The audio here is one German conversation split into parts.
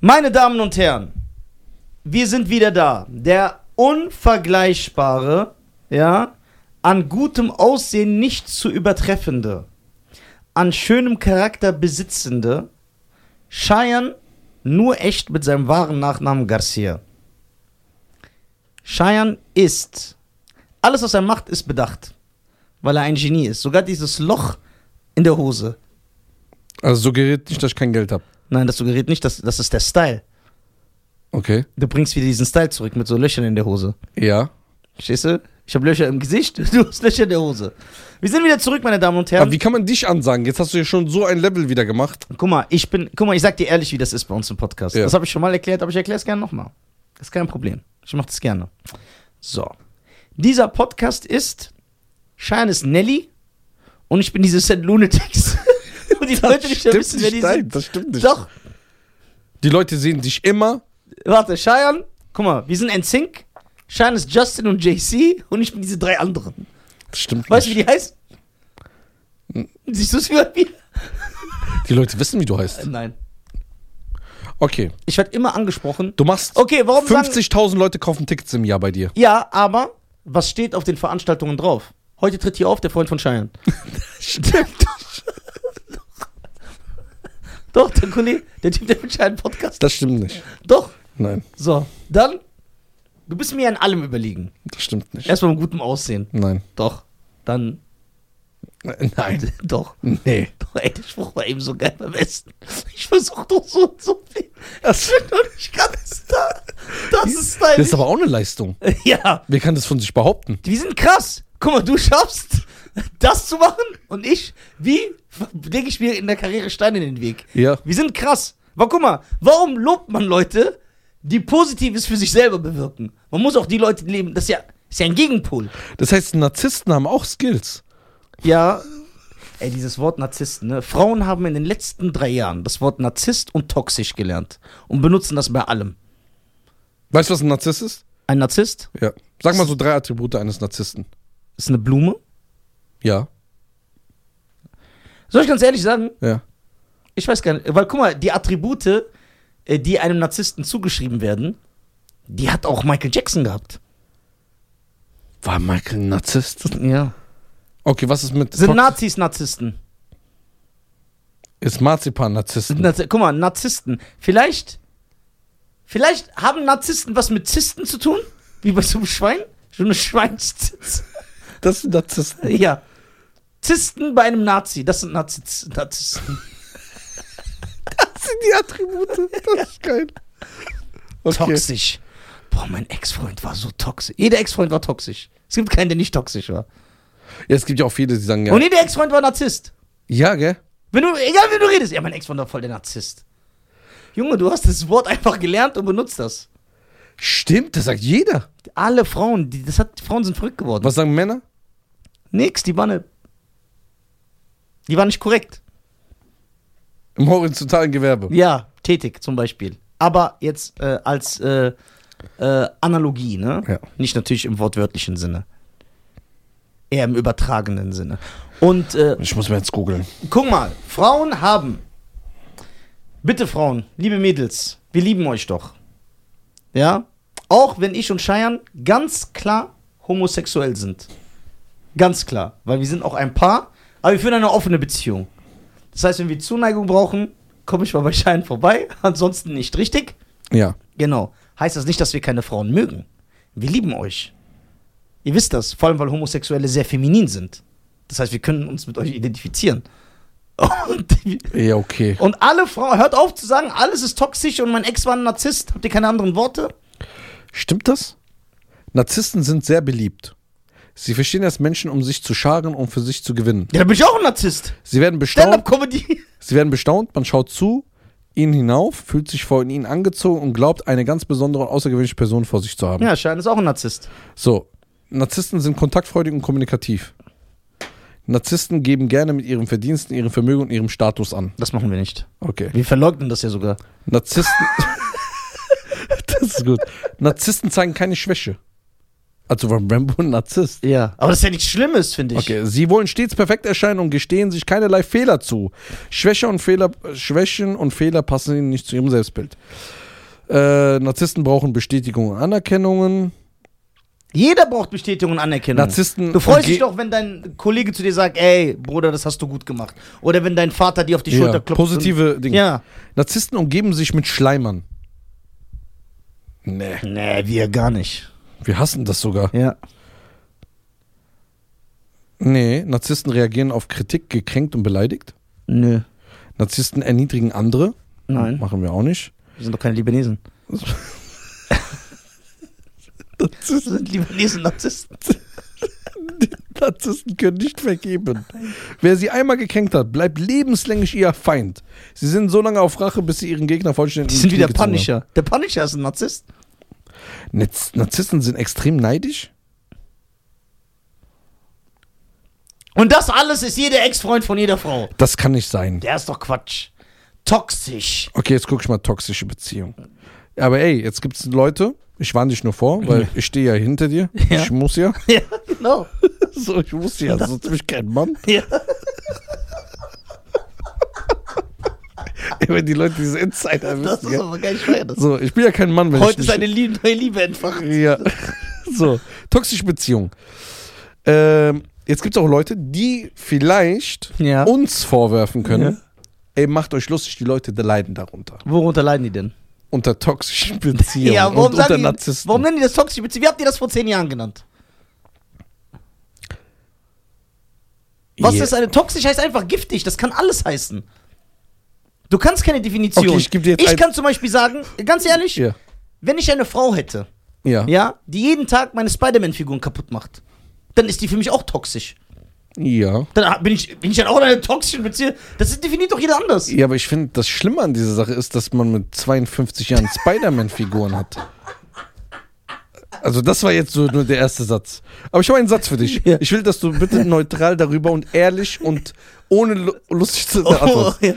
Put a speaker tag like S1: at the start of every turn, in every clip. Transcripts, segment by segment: S1: Meine Damen und Herren, wir sind wieder da. Der unvergleichbare, ja, an gutem Aussehen nicht zu übertreffende, an schönem Charakter besitzende, Cheyenne nur echt mit seinem wahren Nachnamen Garcia. Cheyenne ist. Alles, was er macht, ist bedacht. Weil er ein Genie ist. Sogar dieses Loch in der Hose.
S2: Also suggeriert nicht, dass ich kein Geld habe.
S1: Nein, das suggeriert nicht, das, das ist der Style.
S2: Okay.
S1: Du bringst wieder diesen Style zurück mit so Löchern in der Hose.
S2: Ja.
S1: Verstehst du? Ich habe Löcher im Gesicht, du hast Löcher in der Hose. Wir sind wieder zurück, meine Damen und Herren.
S2: Aber wie kann man dich ansagen? Jetzt hast du ja schon so ein Level wieder gemacht.
S1: Guck mal, ich bin, guck mal, ich sag dir ehrlich, wie das ist bei uns im Podcast.
S2: Ja.
S1: Das habe ich schon mal erklärt, aber ich erkläre es gerne nochmal. Ist kein Problem. Ich mache das gerne. So. Dieser Podcast ist Schein ist Nelly und ich bin diese Set Lunatics. und die Leute nicht mehr wissen, wer die
S2: nein,
S1: sind.
S2: das stimmt nicht.
S1: Doch,
S2: Die Leute sehen dich immer.
S1: warte, Cheyenne, guck mal, wir sind NSYNC. Schein ist Justin und JC und ich bin diese drei anderen.
S2: Das stimmt
S1: Weißt du, wie
S2: nicht.
S1: die heißen? Hm. Siehst du es wieder?
S2: Die Leute wissen, wie du heißt.
S1: Nein.
S2: Okay.
S1: Ich werde immer angesprochen.
S2: Du machst.
S1: Okay, warum sagen-
S2: 50.000 Leute kaufen Tickets im Jahr bei dir.
S1: Ja, aber was steht auf den Veranstaltungen drauf? Heute tritt hier auf der Freund von Cheyenne.
S2: Stimmt.
S1: Doch, der Kollege, der Typ, der mit Cheyenne Podcast.
S2: Das stimmt nicht.
S1: Doch.
S2: Nein,
S1: So, dann. Du bist mir in allem überlegen.
S2: das stimmt nicht.
S1: Erstmal mit gutem Aussehen.
S2: Nein.
S1: Doch. Dann.
S2: Nein.
S1: Doch.
S2: Nee.
S1: Doch, ey, der Spruch war eben so geil beim Essen. Ich versuche doch so und so viel.
S2: Das,
S1: Und ich kann es da. Das ist dein.
S2: das ist aber auch eine Leistung.
S1: ja.
S2: Wer kann das von sich behaupten?
S1: Wir sind krass. Guck mal, du schaffst, das zu machen und ich, wie lege ich mir in der Karriere Steine in den Weg?
S2: Ja.
S1: Wir sind krass. Aber guck mal, warum lobt man Leute, die Positives für sich selber bewirken? Man muss auch die Leute leben, das ist ja, ist ja ein Gegenpol.
S2: Das heißt, Narzissten haben auch Skills.
S1: Ja. Ey, dieses Wort Narzissten, ne? Frauen haben in den letzten drei Jahren das Wort Narzisst und toxisch gelernt und benutzen das bei allem.
S2: Weißt du, was ein Narzisst ist?
S1: Ein Narzisst
S2: Ja. Sag mal so drei Attribute eines Narzissten.
S1: ist eine Blume.
S2: Ja.
S1: Soll ich ganz ehrlich sagen,
S2: Ja.
S1: Ich weiß gar nicht, weil guck mal, die Attribute, äh, die einem Narzissten zugeschrieben werden, die hat auch Michael Jackson gehabt.
S2: War Michael ein Narzisst?
S1: Ja.
S2: Okay, was ist mit.
S1: Sind
S2: Tox-
S1: Nazis Narzissten?
S2: ist Marzipan
S1: Sind
S2: Narzissten?
S1: Naz guck mal, Narzissten. Vielleicht, vielleicht haben Narzissten was mit Zisten zu tun? Wie bei so einem Schwein? So eine Schweinszitze.
S2: Das sind Narzissten.
S1: Ja. Zisten bei einem Nazi, das sind Naziz Narzissten.
S2: Das sind die Attribute. Das ist geil. Okay.
S1: Toxisch. Boah, mein Ex-Freund war so toxisch. Jeder Ex-Freund war toxisch. Es gibt keinen, der nicht toxisch war.
S2: Ja, es gibt ja auch viele, die sagen ja.
S1: Und jeder Ex-Freund war Narzisst.
S2: Ja, gell?
S1: Wenn du, egal wie du redest, ja, mein Ex-Freund war voll der Narzisst. Junge, du hast das Wort einfach gelernt und benutzt das.
S2: Stimmt, das sagt jeder.
S1: Alle Frauen, die, das hat, die Frauen sind verrückt geworden.
S2: Was sagen Männer?
S1: Nix, die waren ne, Die war nicht korrekt.
S2: Im horizontalen Gewerbe.
S1: Ja, tätig zum Beispiel. Aber jetzt äh, als äh, äh, Analogie, ne?
S2: Ja.
S1: Nicht natürlich im wortwörtlichen Sinne. Eher im übertragenen Sinne. Und äh,
S2: Ich muss mir jetzt googeln.
S1: Guck mal, Frauen haben. Bitte Frauen, liebe Mädels, wir lieben euch doch. Ja? Auch wenn ich und Cheyenne ganz klar homosexuell sind. Ganz klar, weil wir sind auch ein Paar, aber wir führen eine offene Beziehung. Das heißt, wenn wir Zuneigung brauchen, komme ich mal bei Cheyenne vorbei, ansonsten nicht, richtig?
S2: Ja.
S1: Genau. Heißt das nicht, dass wir keine Frauen mögen. Wir lieben euch. Ihr wisst das, vor allem weil Homosexuelle sehr feminin sind. Das heißt, wir können uns mit euch identifizieren. Und,
S2: Ja, okay.
S1: und alle Frauen, hört auf zu sagen, alles ist toxisch und mein Ex war ein Narzisst. Habt ihr keine anderen Worte?
S2: Stimmt das? Narzissten sind sehr beliebt. Sie verstehen das Menschen, um sich zu scharen und für sich zu gewinnen.
S1: Ja, dann bin ich auch ein Narzisst.
S2: Sie werden bestaunt,
S1: Stand-up-Comedy.
S2: sie werden bestaunt, man schaut zu, ihnen hinauf, fühlt sich von ihnen angezogen und glaubt, eine ganz besondere und außergewöhnliche Person vor sich zu haben.
S1: Ja, Schein ist auch ein Narzisst.
S2: So, Narzissten sind kontaktfreudig und kommunikativ. Narzissten geben gerne mit ihren Verdiensten, ihrem Vermögen und ihrem Status an.
S1: Das machen wir nicht.
S2: Okay.
S1: Wir verleugnen das ja sogar.
S2: Narzissten. das ist gut. Narzissten zeigen keine Schwäche. Also war Rambo ein Narzisst?
S1: Ja. Aber das ist ja nichts Schlimmes, finde ich.
S2: Okay, sie wollen stets perfekt erscheinen und gestehen sich keinerlei Fehler zu. Schwäche und Fehler, Schwächen und Fehler passen ihnen nicht zu ihrem Selbstbild. Äh, Narzissten brauchen Bestätigung und Anerkennungen.
S1: Jeder braucht Bestätigung und Anerkennung.
S2: Narzissten-
S1: Du freust
S2: Ge-
S1: dich doch, wenn dein Kollege zu dir sagt, ey, Bruder, das hast du gut gemacht. Oder wenn dein Vater dir auf die Schulter
S2: Ja,
S1: klopft.
S2: positive
S1: und,
S2: Dinge.
S1: Ja.
S2: Narzissten umgeben sich mit Schleimern. Nee,
S1: Nee, wir gar nicht.
S2: wir hassen das sogar.
S1: Ja.
S2: Nee, Narzissten reagieren auf Kritik gekränkt und beleidigt.
S1: Nö.
S2: Narzissten erniedrigen andere.
S1: Nein.
S2: Machen wir auch nicht.
S1: Wir sind doch keine Libanesen. Wir sind Libanesen Narzissten.
S2: Narzissten können nicht vergeben. Wer sie einmal gekränkt hat, bleibt lebenslänglich ihr Feind. Sie sind so lange auf Rache, bis sie ihren Gegner vollständig
S1: Die
S2: in
S1: sind wie
S2: Knie
S1: der
S2: gezogen haben.
S1: Punisher. Der Punisher ist ein Narzisst.
S2: Naz- Narzissten sind extrem neidisch.
S1: Und das alles ist jeder Ex-Freund von jeder Frau.
S2: Das kann nicht sein.
S1: Der ist doch Quatsch. Toxisch.
S2: Okay, jetzt guck ich mal toxische Beziehung. Aber ey, jetzt gibt's Leute, ich warne dich nur vor, weil ich stehe ja hinter dir.
S1: Ja.
S2: Ich muss ja.
S1: Ja, genau.
S2: So, ich muss ja, sonst bin ich kein Mann.
S1: Ja.
S2: Ey, Wenn die Leute diese Insider
S1: Das
S2: wissen.
S1: ist
S2: Ja.
S1: aber kein Schwein. Das-
S2: So, ich bin ja kein Mann, wenn
S1: Heute
S2: ich
S1: ist
S2: nicht
S1: eine Liebe, neue Liebe entfacht.
S2: Ja. So, toxische Beziehung. Ähm, jetzt gibt es auch Leute, die vielleicht
S1: Ja.
S2: uns vorwerfen können, ey, macht euch lustig, die Leute da leiden darunter.
S1: Worunter leiden die denn?
S2: Unter toxischen Beziehungen
S1: Ja, warum,
S2: und unter
S1: sagen die,
S2: Narzissten.
S1: warum nennen die das toxische Beziehung? Wie habt ihr das vor zehn Jahren genannt? Was
S2: Yeah.
S1: ist eine toxisch? Heißt einfach giftig. Das kann alles heißen. Du kannst keine Definition.
S2: Okay, ich geb dir jetzt ein-
S1: kann zum Beispiel sagen, ganz ehrlich,
S2: Ja.
S1: wenn ich eine Frau hätte,
S2: Ja. ja.
S1: ja, die jeden Tag meine Spider-Man-Figuren kaputt macht, dann ist die für mich auch toxisch.
S2: Ja.
S1: Dann ha- bin ich, bin ich dann auch in einer toxischen Beziehung. Das definiert doch jeder anders.
S2: aber ich finde, das Schlimme an dieser Sache ist, dass man mit 52 Jahren Spider-Man-Figuren hat. Also, das war jetzt so nur der erste Satz. Aber ich habe einen Satz für dich.
S1: Ja.
S2: Ich will, dass du bitte neutral darüber und ehrlich und ohne lu- lustig zu
S1: Oh,
S2: antwortest.
S1: ja.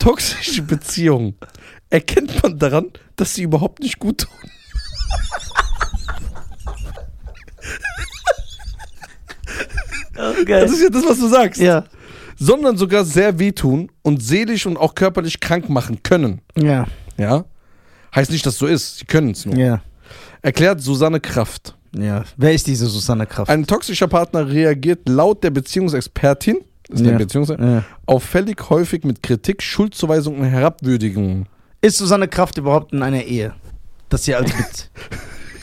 S2: Toxische Beziehungen erkennt man daran, dass sie überhaupt nicht gut tun.
S1: Geil.
S2: Das ist ja das, was du sagst.
S1: ja.
S2: Sondern sogar sehr wehtun und seelisch und auch körperlich krank machen können.
S1: Ja.
S2: Ja? Heißt nicht, dass so ist. Sie können es nur.
S1: Ja.
S2: Erklärt Susanne Kraft.
S1: Ja. Wer ist diese Susanne Kraft?
S2: Ein toxischer Partner reagiert laut der Beziehungsexpertin ist
S1: Ja.
S2: eine Beziehungsexpertin,
S1: Ja.
S2: auffällig häufig mit Kritik, Schuldzuweisungen und Herabwürdigungen.
S1: Ist Susanne Kraft überhaupt in einer Ehe? Dass sie alt wird.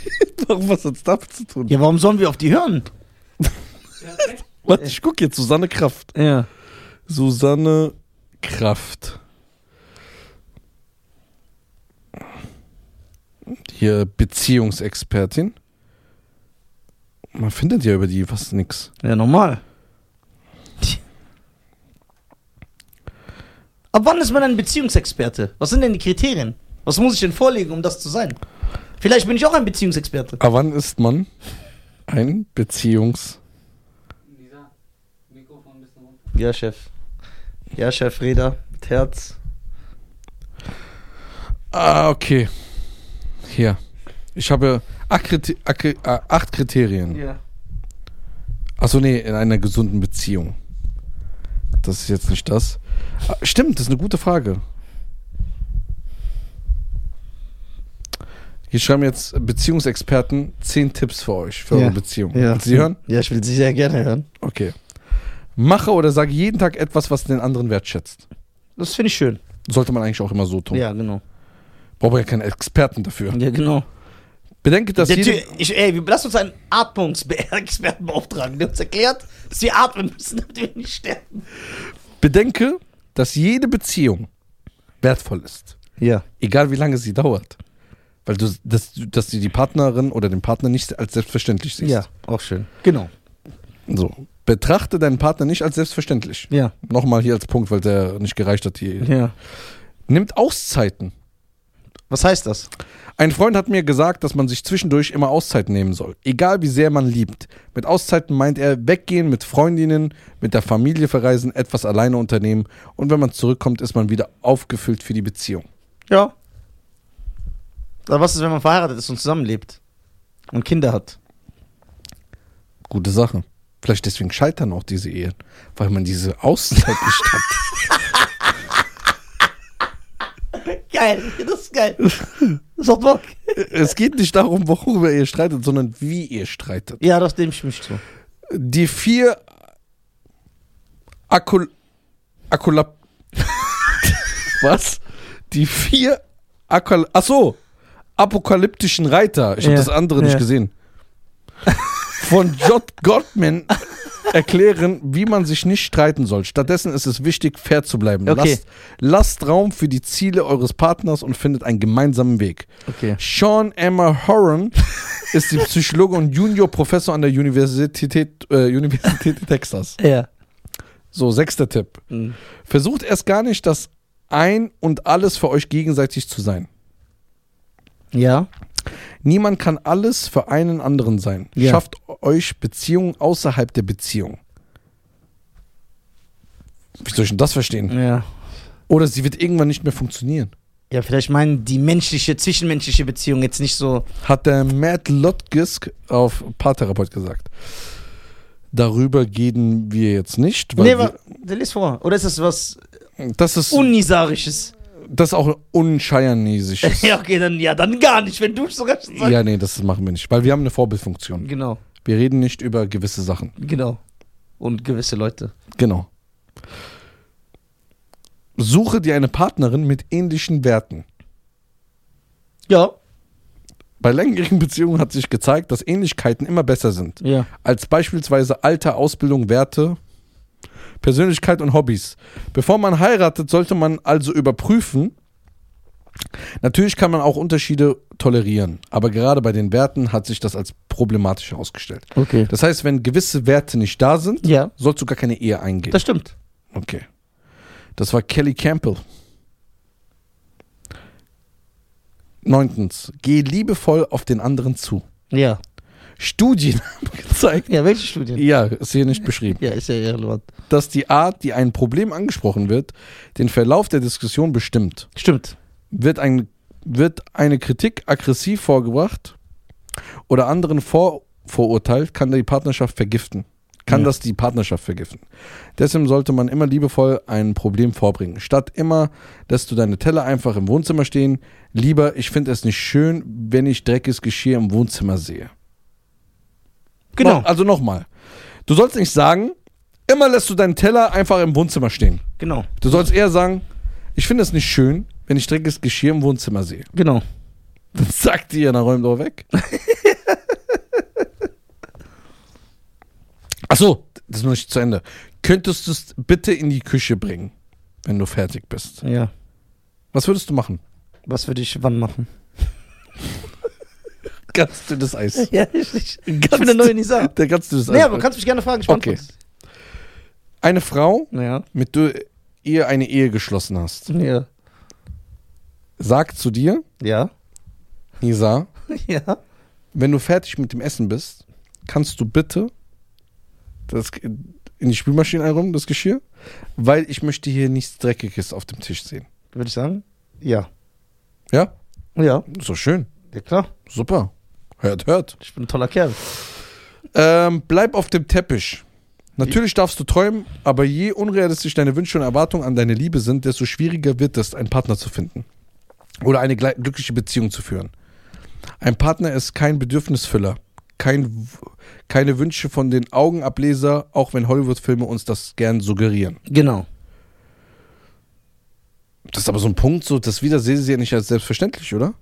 S2: Warum was hat das damit zu tun?
S1: ja, warum sollen wir auf die hören?
S2: Warte, ich gucke jetzt Susanne Kraft.
S1: Ja.
S2: Susanne Kraft. Hier äh, Beziehungsexpertin. Man findet ja über die fast nix.
S1: Ja, normal. Ab wann ist man ein Beziehungsexperte? Was sind denn die Kriterien? Was muss ich denn vorlegen, um das zu sein? Vielleicht bin ich auch ein Beziehungsexperte.
S2: Aber wann ist man ein Beziehungs...
S3: Lisa, Mikrofon ein bisschen runter.
S1: Ja, Chef. Ja, Chef Reda, mit Herz.
S2: Ah, okay. Hier. Ich habe acht, Kriter akri- äh, acht Kriterien.
S1: Ja.
S2: Achso, nee, in einer gesunden Beziehung. Das ist jetzt nicht das. Ah, Stimmt, das ist eine gute Frage. Hier schreiben jetzt Beziehungsexperten 10 Tipps für euch, für
S1: Ja.
S2: eure Beziehung. Willst du sie hören?
S1: Ja, ich will sie sehr gerne hören.
S2: Okay. Mache oder sage jeden Tag etwas, was den anderen wertschätzt.
S1: Das finde ich schön.
S2: Sollte man eigentlich auch immer so tun.
S1: Ja, genau.
S2: Braucht man ja keinen Experten dafür.
S1: Ja, genau.
S2: Bedenke, dass
S1: Der
S2: jede,
S1: Typ- ich, ey, wir lassen uns einen Atmungsexperten beauftragen, der uns erklärt, dass wir atmen müssen, damit wir nicht sterben.
S2: bedenke, dass jede Beziehung wertvoll ist.
S1: Ja.
S2: egal wie lange sie dauert. Weil du, dass, du- dass du die Partnerin oder den Partner nicht als selbstverständlich siehst.
S1: Ja, auch schön. Genau.
S2: So. Betrachte deinen Partner nicht als selbstverständlich.
S1: Ja.
S2: Nochmal hier als Punkt, weil der nicht gereicht hat hier.
S1: Ja.
S2: Nimmt Auszeiten.
S1: Was heißt das?
S2: Ein Freund hat mir gesagt, dass man sich zwischendurch immer Auszeiten nehmen soll. Egal wie sehr man liebt. Mit Auszeiten meint er weggehen mit Freundinnen, mit der Familie verreisen, etwas alleine unternehmen. Und wenn man zurückkommt, ist man wieder aufgefüllt für die Beziehung.
S1: Ja. Aber was ist, wenn man verheiratet ist und zusammenlebt und Kinder hat?
S2: Gute Sache. Vielleicht deswegen scheitern auch diese Ehen, weil man diese Auszeit nicht hat.
S1: Geil, das ist geil. Das hat Bock.
S2: Es geht nicht darum, worüber ihr streitet, sondern wie ihr streitet.
S1: Ja, das nehme ich mich zu.
S2: Die vier Akul Akulap Was? Die vier Akul Ach so, apokalyptischen Reiter. Ich habe
S1: Ja,
S2: das andere
S1: ja.
S2: nicht gesehen. Von J. Gottman erklären, wie man sich nicht streiten soll. Stattdessen ist es wichtig, fair zu bleiben.
S1: Okay.
S2: Lasst, lasst Raum für die Ziele eures Partners und findet einen gemeinsamen Weg.
S1: Okay.
S2: Sean Emma Horan ist die Psychologe und Juniorprofessor an der Universität, äh, Universität Texas.
S1: Ja.
S2: So, sechster Tipp.
S1: Mhm.
S2: Versucht erst gar nicht, das ein und alles für euch gegenseitig zu sein.
S1: Ja.
S2: Niemand kann alles für einen anderen sein.
S1: Ja.
S2: Schafft euch Beziehungen außerhalb der Beziehung. Wie soll ich denn das verstehen?
S1: Ja.
S2: Oder sie wird irgendwann nicht mehr funktionieren.
S1: Ja, vielleicht meinen die menschliche, zwischenmenschliche Beziehung jetzt nicht so.
S2: Hat der Matt Lotgisk auf Paartherapeut gesagt. Darüber gehen wir jetzt nicht, weil
S1: nee, wa-
S2: wir,
S1: der liest vor. Oder ist das was
S2: das ist
S1: Unisarisches?
S2: das ist auch unscheiernesisch.
S1: ja, okay, dann, ja, dann gar nicht, wenn du es so recht sagst.
S2: ja, nee, das machen wir nicht, weil wir haben eine Vorbildfunktion.
S1: Genau,
S2: Wir reden nicht über gewisse Sachen.
S1: genau. Und gewisse Leute.
S2: Genau. Suche dir eine Partnerin mit ähnlichen Werten.
S1: Ja.
S2: Bei langjährigen Beziehungen hat sich gezeigt, dass Ähnlichkeiten immer besser sind.
S1: Ja.
S2: Als beispielsweise Alter, Ausbildung, Werte, Persönlichkeit und Hobbys. Bevor man heiratet, sollte man also überprüfen. Natürlich kann man auch Unterschiede tolerieren, aber gerade bei den Werten hat sich das als problematisch herausgestellt.
S1: Okay.
S2: Das heißt, wenn gewisse Werte nicht da sind,
S1: Ja,
S2: sollst du gar keine Ehe eingehen.
S1: das stimmt.
S2: Okay. Das war Kelly Campbell. Neuntens, geh liebevoll auf den anderen zu.
S1: Ja.
S2: Studien haben gezeigt,
S1: Ja, welche Studien?
S2: ja, ist hier nicht beschrieben,
S1: Ja, ist ja irrelevant.
S2: dass die Art, die ein Problem angesprochen wird, den Verlauf der Diskussion bestimmt.
S1: Stimmt.
S2: Wird, ein, wird eine Kritik aggressiv vorgebracht oder anderen vor, vorurteilt, kann die Partnerschaft vergiften. Kann
S1: Ja.
S2: das die Partnerschaft vergiften. Deswegen sollte man immer liebevoll ein Problem vorbringen. Statt immer, lässt du deine Teller einfach im Wohnzimmer stehen. Lieber, ich finde es nicht schön, wenn ich dreckiges Geschirr im Wohnzimmer sehe.
S1: Genau.
S2: No, also nochmal. Du sollst nicht sagen, immer lässt du deinen Teller einfach im Wohnzimmer stehen.
S1: Genau.
S2: Du sollst eher sagen, ich finde es nicht schön, wenn ich dreckiges Geschirr im Wohnzimmer sehe.
S1: Genau.
S2: Dann sagt ihr, dann räumt doch weg. Achso, das ist noch nicht zu Ende. Könntest du es bitte in die Küche bringen, wenn du fertig bist?
S1: Ja.
S2: Was würdest du machen?
S1: Was würde ich wann machen?
S2: Ganz dünnes Eis.
S1: Ja, ich, ich, ich bin der neue Nisa.
S2: Der ganz dünnes Eis.
S1: Nee, aber du kannst mich gerne fragen. Ich
S2: Okay.
S1: beantworte es.
S2: Eine Frau,
S1: Ja.
S2: mit der ihr eine Ehe geschlossen hast,
S1: Ja.
S2: sagt zu dir,
S1: Ja.
S2: Nisa,
S1: Ja.
S2: wenn du fertig mit dem Essen bist, kannst du bitte das in die Spülmaschine einräumen, das Geschirr, weil ich möchte hier nichts Dreckiges auf dem Tisch sehen.
S1: Würde ich sagen? Ja.
S2: Ja,
S1: Ja.
S2: ist doch schön.
S1: Ja, klar.
S2: Super. Hört, hört.
S1: Ich bin ein toller Kerl.
S2: Ähm, bleib auf dem Teppich. Natürlich darfst du träumen, aber je unrealistisch deine Wünsche und Erwartungen an deine Liebe sind, desto schwieriger wird es, einen Partner zu finden. Oder eine gle- glückliche Beziehung zu führen. Ein Partner ist kein Bedürfnisfüller, kein, W- keine Wünsche von den Augenableser, auch wenn Hollywood-Filme uns das gern suggerieren.
S1: Genau.
S2: Das ist aber so ein Punkt, so, das wiedersehe sie ja nicht als selbstverständlich, oder?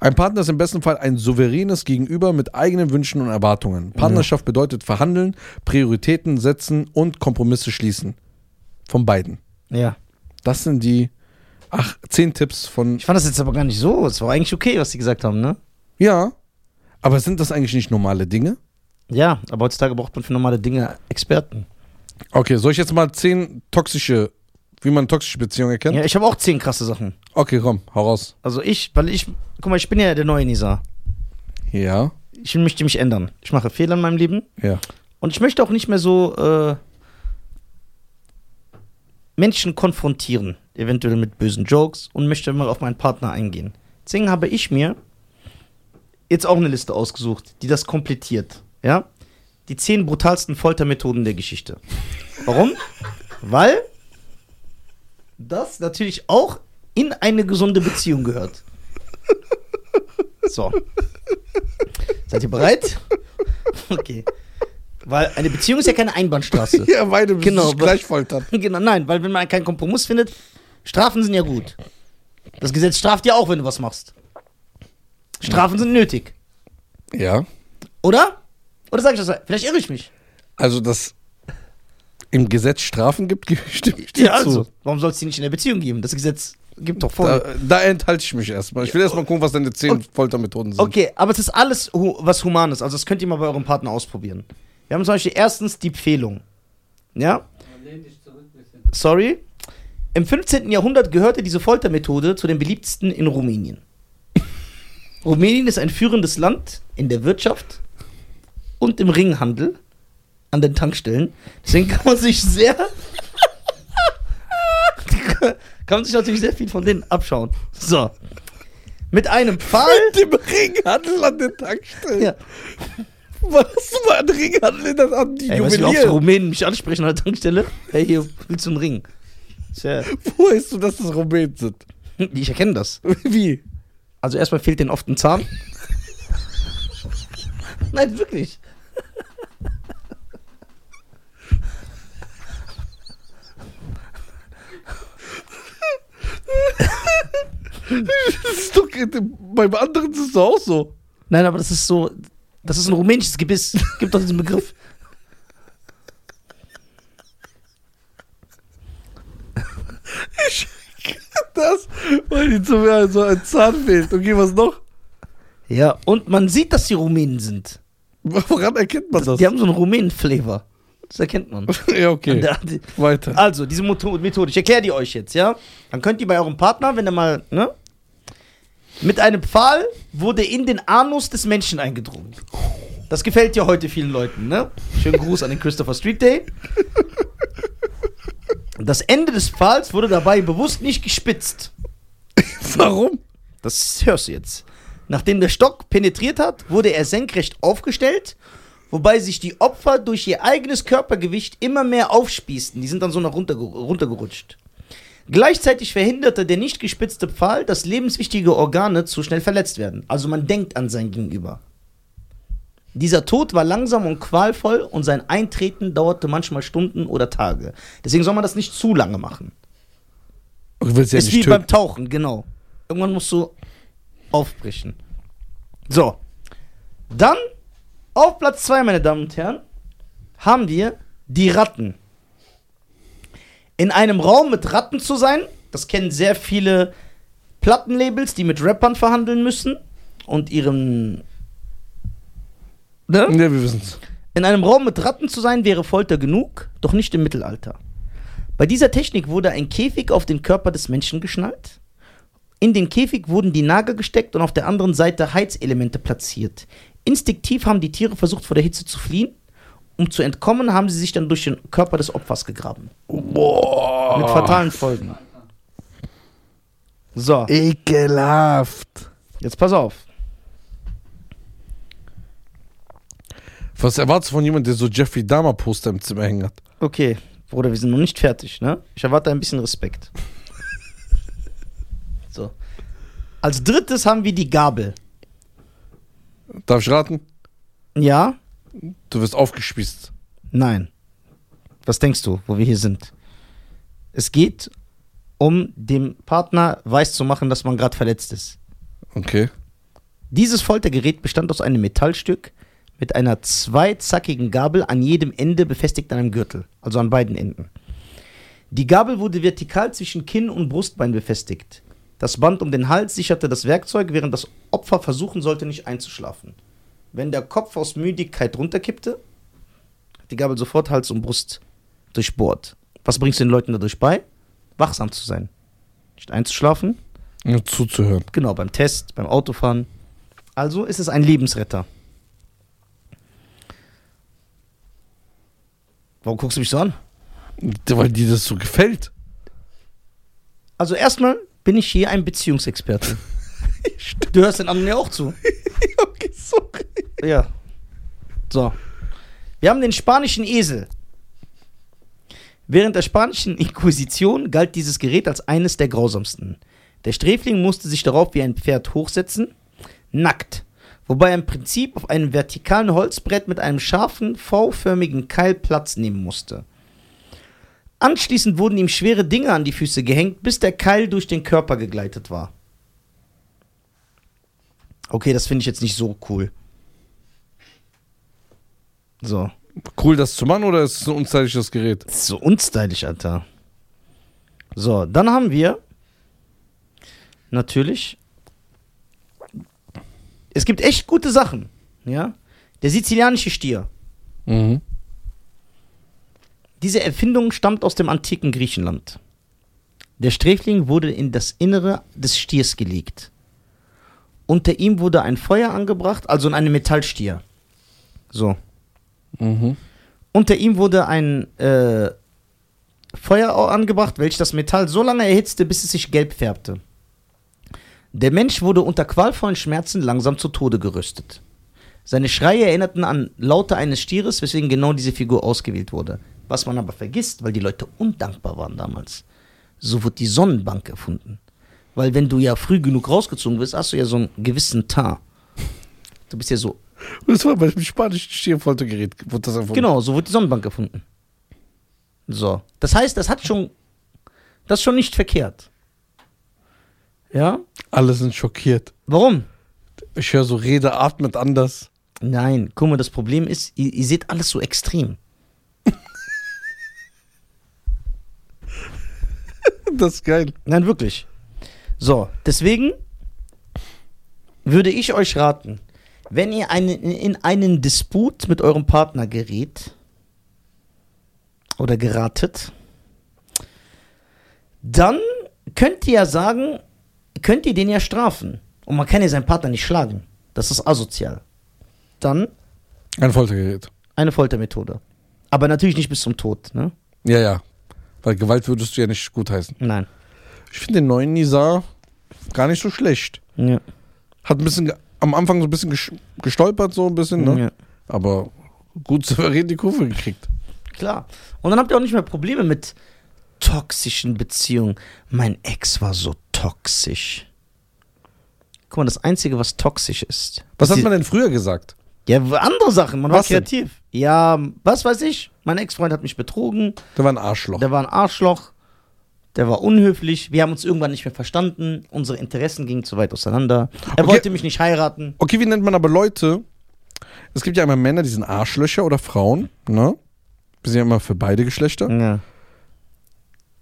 S2: Ein Partner ist im besten Fall ein souveränes Gegenüber mit eigenen Wünschen und Erwartungen. Partnerschaft bedeutet verhandeln, Prioritäten setzen und Kompromisse schließen. Von beiden.
S1: Ja.
S2: Das sind die ach, zehn Tipps von.
S1: Ich fand das jetzt aber gar nicht so. Es war eigentlich okay, was sie gesagt haben, ne?
S2: Ja, aber sind das eigentlich nicht normale Dinge?
S1: Ja, aber heutzutage braucht man für normale Dinge Experten.
S2: Okay, soll ich jetzt mal zehn toxische, wie man toxische Beziehungen erkennt?
S1: Ja, ich habe auch zehn krasse Sachen.
S2: Okay, komm, hau raus.
S1: Also ich, weil ich, guck mal, ich bin ja der neue Nisa.
S2: Ja,
S1: Ich möchte mich ändern. Ich mache Fehler in meinem Leben
S2: ja.
S1: und ich möchte auch nicht mehr so äh, Menschen konfrontieren, eventuell mit bösen Jokes und möchte mal auf meinen Partner eingehen. Deswegen habe ich mir jetzt auch eine Liste ausgesucht, die das komplettiert. Ja, die zehn brutalsten Foltermethoden der Geschichte. Warum? Weil das natürlich auch in eine gesunde Beziehung gehört. So. Seid ihr bereit? Okay. Weil eine Beziehung ist ja keine Einbahnstraße.
S2: Ja, beide müssen
S1: Genau,
S2: sich
S1: wa-
S2: gleich foltern.
S1: Genau, nein, weil wenn man keinen Kompromiss findet, Strafen sind ja gut. Das Gesetz straft ja auch, wenn du was machst. Strafen sind nötig,
S2: Ja.
S1: oder? Oder sag ich das? Vielleicht irre ich mich.
S2: Also, dass im Gesetz Strafen gibt, gebe ich stimme ich dir
S1: Ja, also,
S2: zu.
S1: warum soll es die nicht in der Beziehung geben? Das Gesetz gibt doch vor.
S2: Da, da enthalte ich mich erstmal. Ich will erstmal gucken, was deine zehn Foltermethoden sind.
S1: Okay, aber es ist alles hu was Humanes. Also das könnt ihr mal bei eurem Partner ausprobieren. Wir haben zum Beispiel erstens die Pfählung. Ja,
S3: Lehn dich zurück ein bisschen.
S1: sorry. Im 15. Jahrhundert gehörte diese Foltermethode zu den beliebtesten in Rumänien. Rumänien ist ein führendes Land in der Wirtschaft und im Ringhandel an den Tankstellen. Deswegen kann man sich sehr. kann man sich natürlich sehr viel von denen abschauen. So. Mit einem Pfahl.
S2: Mit dem Ringhandel an den Tankstellen.
S1: Ja.
S2: Was du mal ein Ringhandel in das an die
S1: Ey, weißt du, wie oft
S2: Juwelier?
S1: Rumänen mich ansprechen an der Tankstelle? Hey, hier, willst du einen Ring? Tja,
S2: Wo weißt du, dass das Rumänen sind?
S1: ich erkenne das.
S2: Wie?
S1: Also erstmal fehlt denen oft ein Zahn. Nein, wirklich.
S2: Das ist doch beim anderen ist es doch auch so.
S1: Nein, aber das ist so, das ist ein rumänisches Gebiss. Gibt doch diesen Begriff.
S2: Das, weil die zu mir so ein Zahn fehlt. Okay, was noch?
S1: Ja, und man sieht, dass die Rumänen sind.
S2: Woran erkennt man das?
S1: Die haben so einen Rumänen-Flavor. Das erkennt man.
S2: ja, okay.
S1: Da- die-
S2: Weiter.
S1: Also, diese Moto- Methode, ich erkläre die euch jetzt, ja? Dann könnt ihr bei eurem Partner, wenn er mal, ne? Mit einem Pfahl wurde in den Anus des Menschen eingedrungen. Das gefällt ja heute vielen Leuten, ne? Schönen Gruß an den Christopher Street Day. Das Ende des Pfahls wurde dabei bewusst nicht gespitzt.
S2: Warum?
S1: Das hörst du jetzt. Nachdem der Stock penetriert hat, wurde er senkrecht aufgestellt, wobei sich die Opfer durch ihr eigenes Körpergewicht immer mehr aufspießen. Die sind dann so nach runter, runtergerutscht. Gleichzeitig verhinderte der nicht gespitzte Pfahl, dass lebenswichtige Organe zu schnell verletzt werden. Also man denkt an sein Gegenüber. Dieser Tod war langsam und qualvoll und sein Eintreten dauerte manchmal Stunden oder Tage. Deswegen soll man das nicht zu lange machen.
S2: Du willst ja
S1: Ist wie
S2: nicht
S1: beim
S2: töten.
S1: Tauchen, genau. Irgendwann musst du aufbrechen. So. Dann auf Platz 2, meine Damen und Herren, haben wir die Ratten. In einem Raum mit Ratten zu sein, das kennen sehr viele Plattenlabels, die mit Rappern verhandeln müssen und ihren. Ne?
S2: Ja, wir wissen's.
S1: In einem Raum mit Ratten zu sein wäre Folter genug, doch nicht im Mittelalter. Bei dieser Technik wurde ein Käfig auf den Körper des Menschen geschnallt. In den Käfig wurden die Nager gesteckt und auf der anderen Seite Heizelemente platziert. Instinktiv haben die Tiere versucht, vor der Hitze zu fliehen. Um zu entkommen, haben sie sich dann durch den Körper des Opfers gegraben.
S2: Boah.
S1: Mit fatalen Folgen. So,
S2: Ekelhaft.
S1: jetzt pass auf.
S2: Was erwartest du von jemandem, der so Jeffrey Dahmer Poster im Zimmer hängen hat?
S1: Okay, Bruder, wir sind noch nicht fertig, ne? Ich erwarte ein bisschen Respekt. So. Als drittes haben wir die Gabel.
S2: Darf ich raten?
S1: Ja?
S2: Du wirst aufgespießt.
S1: Nein. Was denkst du, wo wir hier sind? Es geht um dem Partner weiß zu machen, dass man gerade verletzt ist.
S2: Okay.
S1: Dieses Foltergerät bestand aus einem Metallstück mit einer zweizackigen Gabel an jedem Ende befestigt an einem Gürtel, also an beiden Enden. Die Gabel wurde vertikal zwischen Kinn und Brustbein befestigt. Das Band um den Hals sicherte das Werkzeug, während das Opfer versuchen sollte, nicht einzuschlafen. Wenn der Kopf aus Müdigkeit runterkippte, hat die Gabel sofort Hals und Brust durchbohrt. Was bringst du den Leuten dadurch bei? Wachsam zu sein. Nicht einzuschlafen,
S2: Nur zuzuhören.
S1: Genau, beim Test, beim Autofahren. Also ist es ein Lebensretter. Warum guckst du mich so an?
S2: Weil dir das so gefällt.
S1: Also erstmal bin ich hier ein Beziehungsexperte. du hörst den anderen ja auch zu.
S2: okay, sorry.
S1: Ja. So. Wir haben den spanischen Esel. Während der spanischen Inquisition galt dieses Gerät als eines der grausamsten. Der Sträfling musste sich darauf wie ein Pferd hochsetzen, nackt, wobei er im Prinzip auf einem vertikalen Holzbrett mit einem scharfen, V-förmigen Keil Platz nehmen musste. Anschließend wurden ihm schwere Dinge an die Füße gehängt, bis der Keil durch den Körper gegleitet war. Okay, das finde ich jetzt nicht so cool. So.
S2: Cool, das zu machen oder ist es ein unzeitliches Gerät?
S1: Das ist so unstylisch, Alter. So, dann haben wir natürlich. Es gibt echt gute Sachen. Ja. Der sizilianische Stier.
S2: Mhm.
S1: Diese Erfindung stammt aus dem antiken Griechenland. Der Sträfling wurde in das Innere des Stiers gelegt. Unter ihm wurde ein Feuer angebracht, also in einem Metallstier. So.
S2: Mhm.
S1: Unter ihm wurde ein äh, Feuer au- angebracht, welches das Metall so lange erhitzte, bis es sich gelb färbte. Der Mensch wurde unter qualvollen Schmerzen langsam zu Tode gerüstet. Seine Schreie erinnerten an Laute eines Stieres, weswegen genau diese Figur ausgewählt wurde. Was man aber vergisst, weil die Leute undankbar waren damals. So wird die Sonnenbank erfunden. Weil wenn du ja früh genug rausgezogen wirst, hast du ja so einen gewissen Tar. Du bist ja so
S2: Das war bei dem spanischen Stierfoltergerät. Wurde das einfach
S1: Genau, so wird die Sonnenbank erfunden. So. Das heißt, das hat schon. Das ist schon nicht verkehrt. Ja?
S2: Alle sind schockiert.
S1: Warum?
S2: Ich höre so Rede, atmet anders.
S1: Nein, guck mal, das Problem ist, ihr, ihr seht alles so extrem.
S2: Das ist geil.
S1: Nein, wirklich. So, deswegen würde ich euch raten, wenn ihr einen, in einen Disput mit eurem Partner gerät oder geratet, dann könnt ihr ja sagen, könnt ihr den ja strafen. Und man kann ja seinen Partner nicht schlagen. Das ist asozial. Dann
S2: Ein Foltergerät.
S1: eine Foltermethode. Aber natürlich nicht bis zum Tod, ne?
S2: Ja, ja. Weil Gewalt würdest du ja nicht gutheißen.
S1: Nein.
S2: Ich finde den neuen Nisa gar nicht so schlecht.
S1: Ja.
S2: Hat ein bisschen ge- am Anfang so ein bisschen gesch- gestolpert, so ein bisschen, ne?
S1: ja.
S2: Aber gut souverän die Kurve gekriegt.
S1: Klar. Und dann habt ihr auch nicht mehr Probleme mit toxischen Beziehungen. Mein Ex war so toxisch. Guck mal, das Einzige, was toxisch ist.
S2: Was
S1: ist
S2: hat
S1: die-
S2: man denn früher gesagt?
S1: Ja, w- andere Sachen. Man
S2: Was
S1: war
S2: denn?
S1: kreativ. Ja, was weiß ich. Mein Ex-Freund hat mich betrogen.
S2: Der war ein Arschloch.
S1: Der war ein Arschloch. Der war unhöflich. Wir haben uns irgendwann nicht mehr verstanden. Unsere Interessen gingen zu weit auseinander. Er
S2: Okay.
S1: wollte mich nicht heiraten.
S2: Okay, wie nennt man aber Leute? Es gibt ja einmal Männer, die sind Arschlöcher oder Frauen, ne? Wir sind ja immer für beide Geschlechter.
S1: Ja.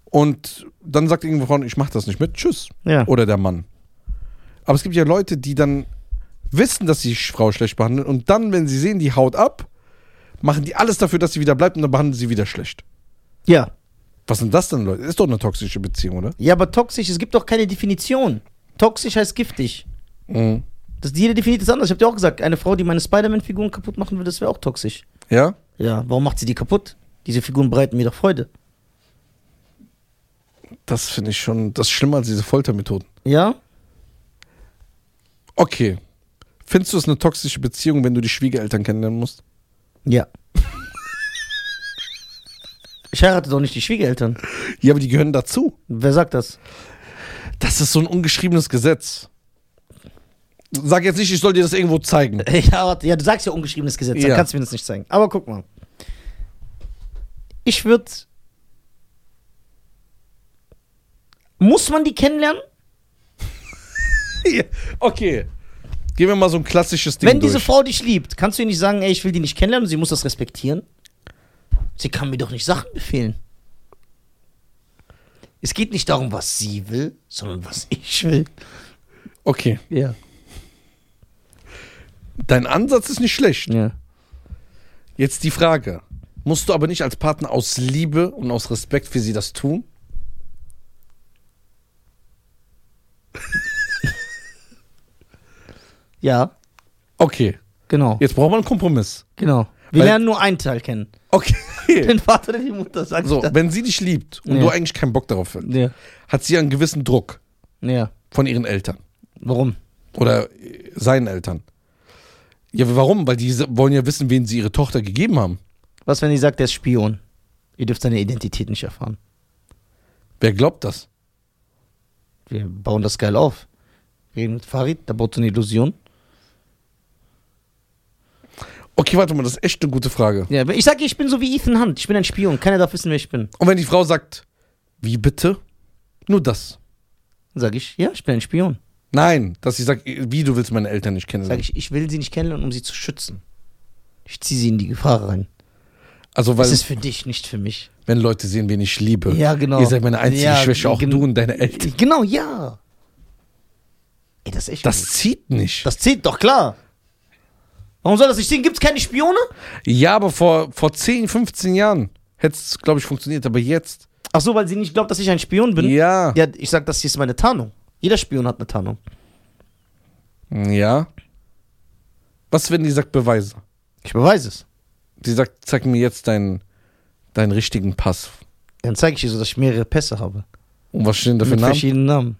S2: Und dann sagt irgendwo Frauen, ich mach das nicht mit, tschüss.
S1: Ja.
S2: Oder der Mann. Aber es gibt ja Leute, die dann wissen, dass sie die Frau schlecht behandeln und dann, wenn sie sehen, die haut ab, machen die alles dafür, dass sie wieder bleibt und dann behandeln sie wieder schlecht.
S1: ja.
S2: Was sind das denn, Leute? Ist doch eine toxische Beziehung, oder?
S1: Ja, aber toxisch, es gibt doch keine Definition. Toxisch heißt giftig.
S2: Mhm.
S1: Das, jeder definiert es anders. Ich habe dir auch gesagt, eine Frau, die meine Spider-Man-Figuren kaputt machen würde, das wäre auch toxisch.
S2: Ja?
S1: Ja, warum macht sie die kaputt? Diese Figuren bereiten mir doch Freude.
S2: Das finde ich schon, das ist schlimmer als diese Foltermethoden.
S1: Ja?
S2: Okay. Findest du es eine toxische Beziehung, wenn du die Schwiegereltern kennenlernen musst?
S1: Ja. Ich heirate doch nicht die Schwiegereltern.
S2: Ja, aber die gehören dazu.
S1: Wer sagt das?
S2: Das ist so ein ungeschriebenes Gesetz. Sag jetzt nicht, ich soll dir das irgendwo zeigen.
S1: Ich heirate, ja, du sagst ja ungeschriebenes Gesetz, dann
S2: Ja.
S1: kannst du mir das nicht zeigen. Aber guck mal. Ich würde. Muss man die kennenlernen?
S2: Ja, okay. Gehen wir mal so ein klassisches Ding
S1: Wenn diese
S2: durch.
S1: Frau dich liebt, kannst du ihr nicht sagen, ey, ich will die nicht kennenlernen, sie muss das respektieren? Sie kann mir doch nicht Sachen befehlen. Es geht nicht darum, was sie will, sondern was ich will.
S2: okay.
S1: Ja.
S2: Dein Ansatz ist nicht schlecht.
S1: ja.
S2: Jetzt die Frage. Musst du aber nicht als Partner aus Liebe und aus Respekt für sie das tun?
S1: Ja,
S2: Okay.
S1: genau.
S2: Jetzt braucht man einen Kompromiss.
S1: Genau. Wir
S2: Weil-
S1: lernen nur einen Teil kennen.
S2: Okay.
S1: Den Vater oder die Mutter, sagst
S2: So,
S1: du.
S2: wenn sie dich liebt und
S1: Ja.
S2: du eigentlich keinen Bock darauf hast,
S1: Ja.
S2: hat sie einen gewissen Druck
S1: ja.
S2: von ihren Eltern.
S1: Warum?
S2: Oder äh, seinen Eltern. Ja, warum? Weil die se- wollen ja wissen, wen sie ihre Tochter gegeben haben.
S1: Was, wenn ihr sagt, der ist Spion? Ihr dürft seine Identität nicht erfahren.
S2: Wer glaubt das?
S1: Wir bauen das geil auf. Reden mit Farid, da baut so eine Illusion.
S2: Okay, warte mal, das ist echt eine gute Frage.
S1: Ja, aber ich sage, ich bin so wie Ethan Hunt. Ich bin ein Spion. Keiner darf wissen, wer ich bin.
S2: Und wenn die Frau sagt, wie bitte? Nur das.
S1: Dann sage ich, ja, ich bin ein Spion.
S2: Nein, dass sie sagt, wie du willst meine Eltern nicht
S1: Dann sage
S2: kennenlernen.
S1: ich, ich will sie nicht kennenlernen, um sie zu schützen. Ich ziehe sie in die Gefahr rein.
S2: Also,
S1: Das
S2: weil,
S1: ist für dich, nicht für mich.
S2: wenn Leute sehen, wen ich liebe.
S1: Ja, genau.
S2: Ihr seid meine einzige
S1: Ja,
S2: Schwäche, auch
S1: gen-
S2: du und deine Eltern.
S1: Genau, ja. Ey, das ist echt.
S2: Das zieht nicht.
S1: das zählt doch klar. Warum soll das nicht ziehen? Gibt es keine Spione?
S2: ja, aber vor, vor 10, 15 Jahren hätte es, glaube ich, funktioniert. Aber jetzt.
S1: Ach so, weil sie nicht glaubt, dass ich ein Spion bin.
S2: Ja.
S1: Ja, ich sag, das hier ist meine Tarnung. Jeder Spion hat eine Tarnung.
S2: Ja. Was, wenn die sagt Beweise?
S1: Ich beweise es.
S2: Die sagt, zeig mir jetzt deinen, deinen richtigen Pass.
S1: Dann zeige ich ihr so, dass ich mehrere Pässe habe.
S2: Und was stehen da für
S1: mit
S2: Namen?
S1: verschiedenen Namen.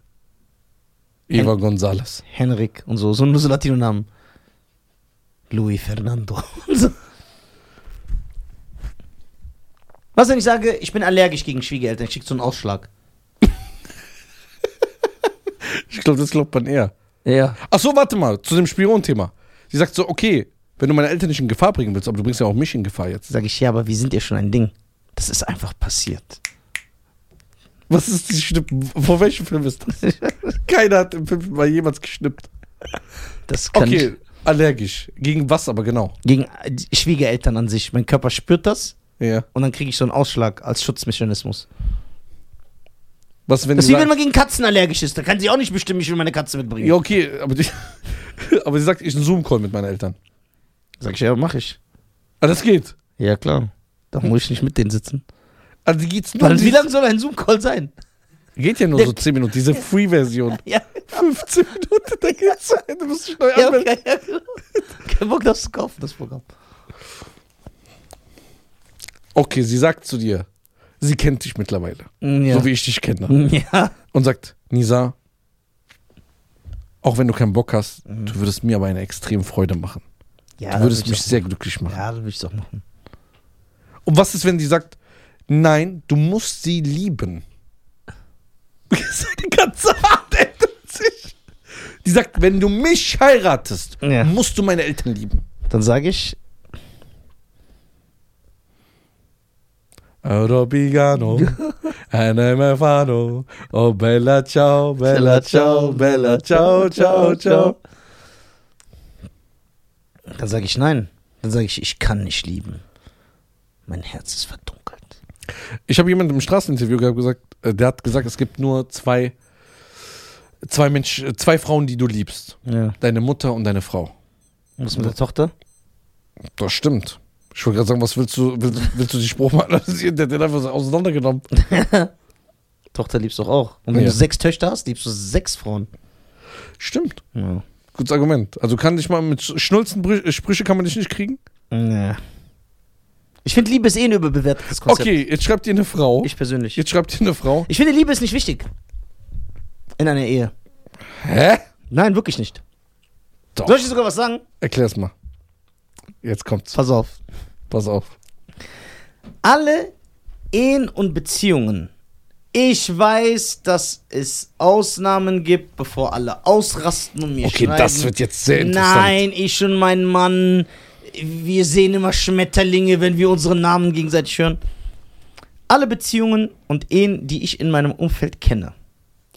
S2: Eva Gonzalez.
S1: Henrik und so. So nur so Latino-Namen. Luis Fernando. und so. Was, wenn ich sage, ich bin allergisch gegen Schwiegereltern? Ich krieg so einen Ausschlag.
S2: Ich glaube, das glaubt man eher.
S1: Ja.
S2: Ach so, warte mal, zu dem Spion-Thema. Sie sagt so, okay, wenn du meine Eltern nicht in Gefahr bringen willst, aber du bringst ja auch mich in Gefahr jetzt.
S1: Sage ich, ja, aber wir sind ja schon ein Ding. Das ist einfach passiert.
S2: Was ist die Schnippen? Vor welchem Film ist das? Keiner hat im Film mal jemals geschnippt.
S1: Das kann
S2: Okay, allergisch. Gegen was aber genau?
S1: ich gegen äh, die Schwiegereltern an sich. Mein Körper spürt das
S2: Ja.
S1: und dann kriege ich so einen Ausschlag als Schutzmechanismus.
S2: Was, wenn
S1: Das ist
S2: die
S1: wie wenn
S2: sagt,
S1: man gegen Katzen allergisch ist. Da kann sie auch nicht bestimmen, ich will meine Katze mitbringen.
S2: Ja, okay, aber, die, aber sie sagt, ich einen Zoom-Call mit meinen Eltern.
S1: Sag ich, ja, mach ich.
S2: Ah, das geht.
S1: Ja, klar. Da muss ich nicht mit denen sitzen.
S2: Also die geht's nur.
S1: Weil,
S2: die-
S1: wie lang soll ein Zoom-Call sein?
S2: Geht ja nur so 10 Minuten, diese Free-Version.
S1: Ja,
S2: 15 Minuten, da geht's rein, du musst dich neu
S1: ja,
S2: anmelden.
S1: okay, ja genau. Kein Bock, das zu kaufen, das Programm.
S2: Okay, sie sagt zu dir, sie kennt dich mittlerweile.
S1: Mm, Ja.
S2: So wie ich dich kenne.
S1: Mm,
S2: ne?
S1: ja.
S2: und sagt, Nisa, auch wenn du keinen Bock hast, du würdest mir aber eine extreme Freude machen.
S1: Mhm. ja.
S2: Du
S1: das
S2: würdest
S1: würd ich
S2: mich sehr glücklich
S1: auch-
S2: machen.
S1: Ja, das würde ich doch machen.
S2: Und was ist, wenn sie sagt, nein, du musst sie lieben? Seine ganze Art ändert sich. Die sagt, wenn du mich heiratest,
S1: Ja.
S2: musst du meine Eltern lieben.
S1: Dann sage ich,
S2: Robigano, Anemefano, oh bella ciao,
S1: bella ciao, bella ciao, ciao, ciao. Dann sage ich nein. Dann sage ich, ich kann nicht lieben. Mein Herz ist verdunkelt.
S2: Ich habe jemanden im Straßeninterview gehabt gesagt, äh, der hat gesagt, es gibt nur zwei, zwei Mensch, äh, zwei Frauen, die du liebst.
S1: Ja.
S2: Deine Mutter und deine Frau.
S1: Was mit der Tochter?
S2: Das stimmt. Ich wollte gerade sagen, was willst du, willst, willst du die Spruch mal analysieren? Der hat den einfach so auseinandergenommen.
S1: Tochter liebst du doch auch. Und wenn
S2: Ja.
S1: du sechs Töchter hast, liebst du sechs Frauen.
S2: Stimmt.
S1: Ja.
S2: Gutes Argument. Also kann dich mal mit Schnulzen Brü- äh, Sprüche kann man dich nicht kriegen.
S1: ja. Ich finde, Liebe ist eh ein überbewertetes Konzept.
S2: Okay, jetzt schreibt dir eine Frau.
S1: Ich persönlich.
S2: Jetzt schreibt dir eine Frau.
S1: Ich finde, Liebe ist nicht wichtig. In einer Ehe.
S2: Hä?
S1: Nein, wirklich nicht.
S2: Doch.
S1: Soll ich dir sogar was sagen?
S2: Erklär's mal. Jetzt kommt's.
S1: Pass auf.
S2: Pass auf.
S1: alle Ehen und Beziehungen. Ich weiß, dass es Ausnahmen gibt, bevor alle ausrasten und mir
S2: Okay,
S1: schreiben.
S2: das wird jetzt sehr interessant.
S1: Nein, ich und mein Mann, wir sehen immer Schmetterlinge, wenn wir unsere Namen gegenseitig hören. Alle Beziehungen und Ehen, die ich in meinem Umfeld kenne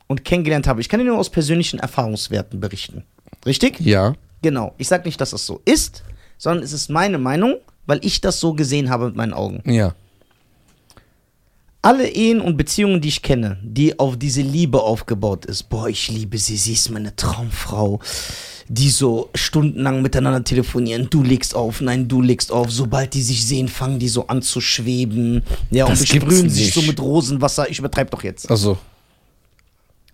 S1: und kennengelernt habe, ich kann dir nur aus persönlichen Erfahrungswerten berichten. Richtig?
S2: Ja.
S1: Genau. Ich sage nicht, dass das so ist, sondern es ist meine Meinung, weil ich das so gesehen habe mit meinen Augen
S2: Ja.
S1: alle Ehen und Beziehungen, die ich kenne, die auf diese Liebe aufgebaut ist, boah, ich liebe sie, sie ist meine Traumfrau, die so stundenlang miteinander telefonieren, du legst auf, nein, du legst auf, sobald die sich sehen, fangen die so an zu schweben, ja,
S2: Das
S1: und
S2: gibt's
S1: besprühen sich
S2: nicht.
S1: so mit Rosenwasser, ich übertreibe doch jetzt.
S2: Also.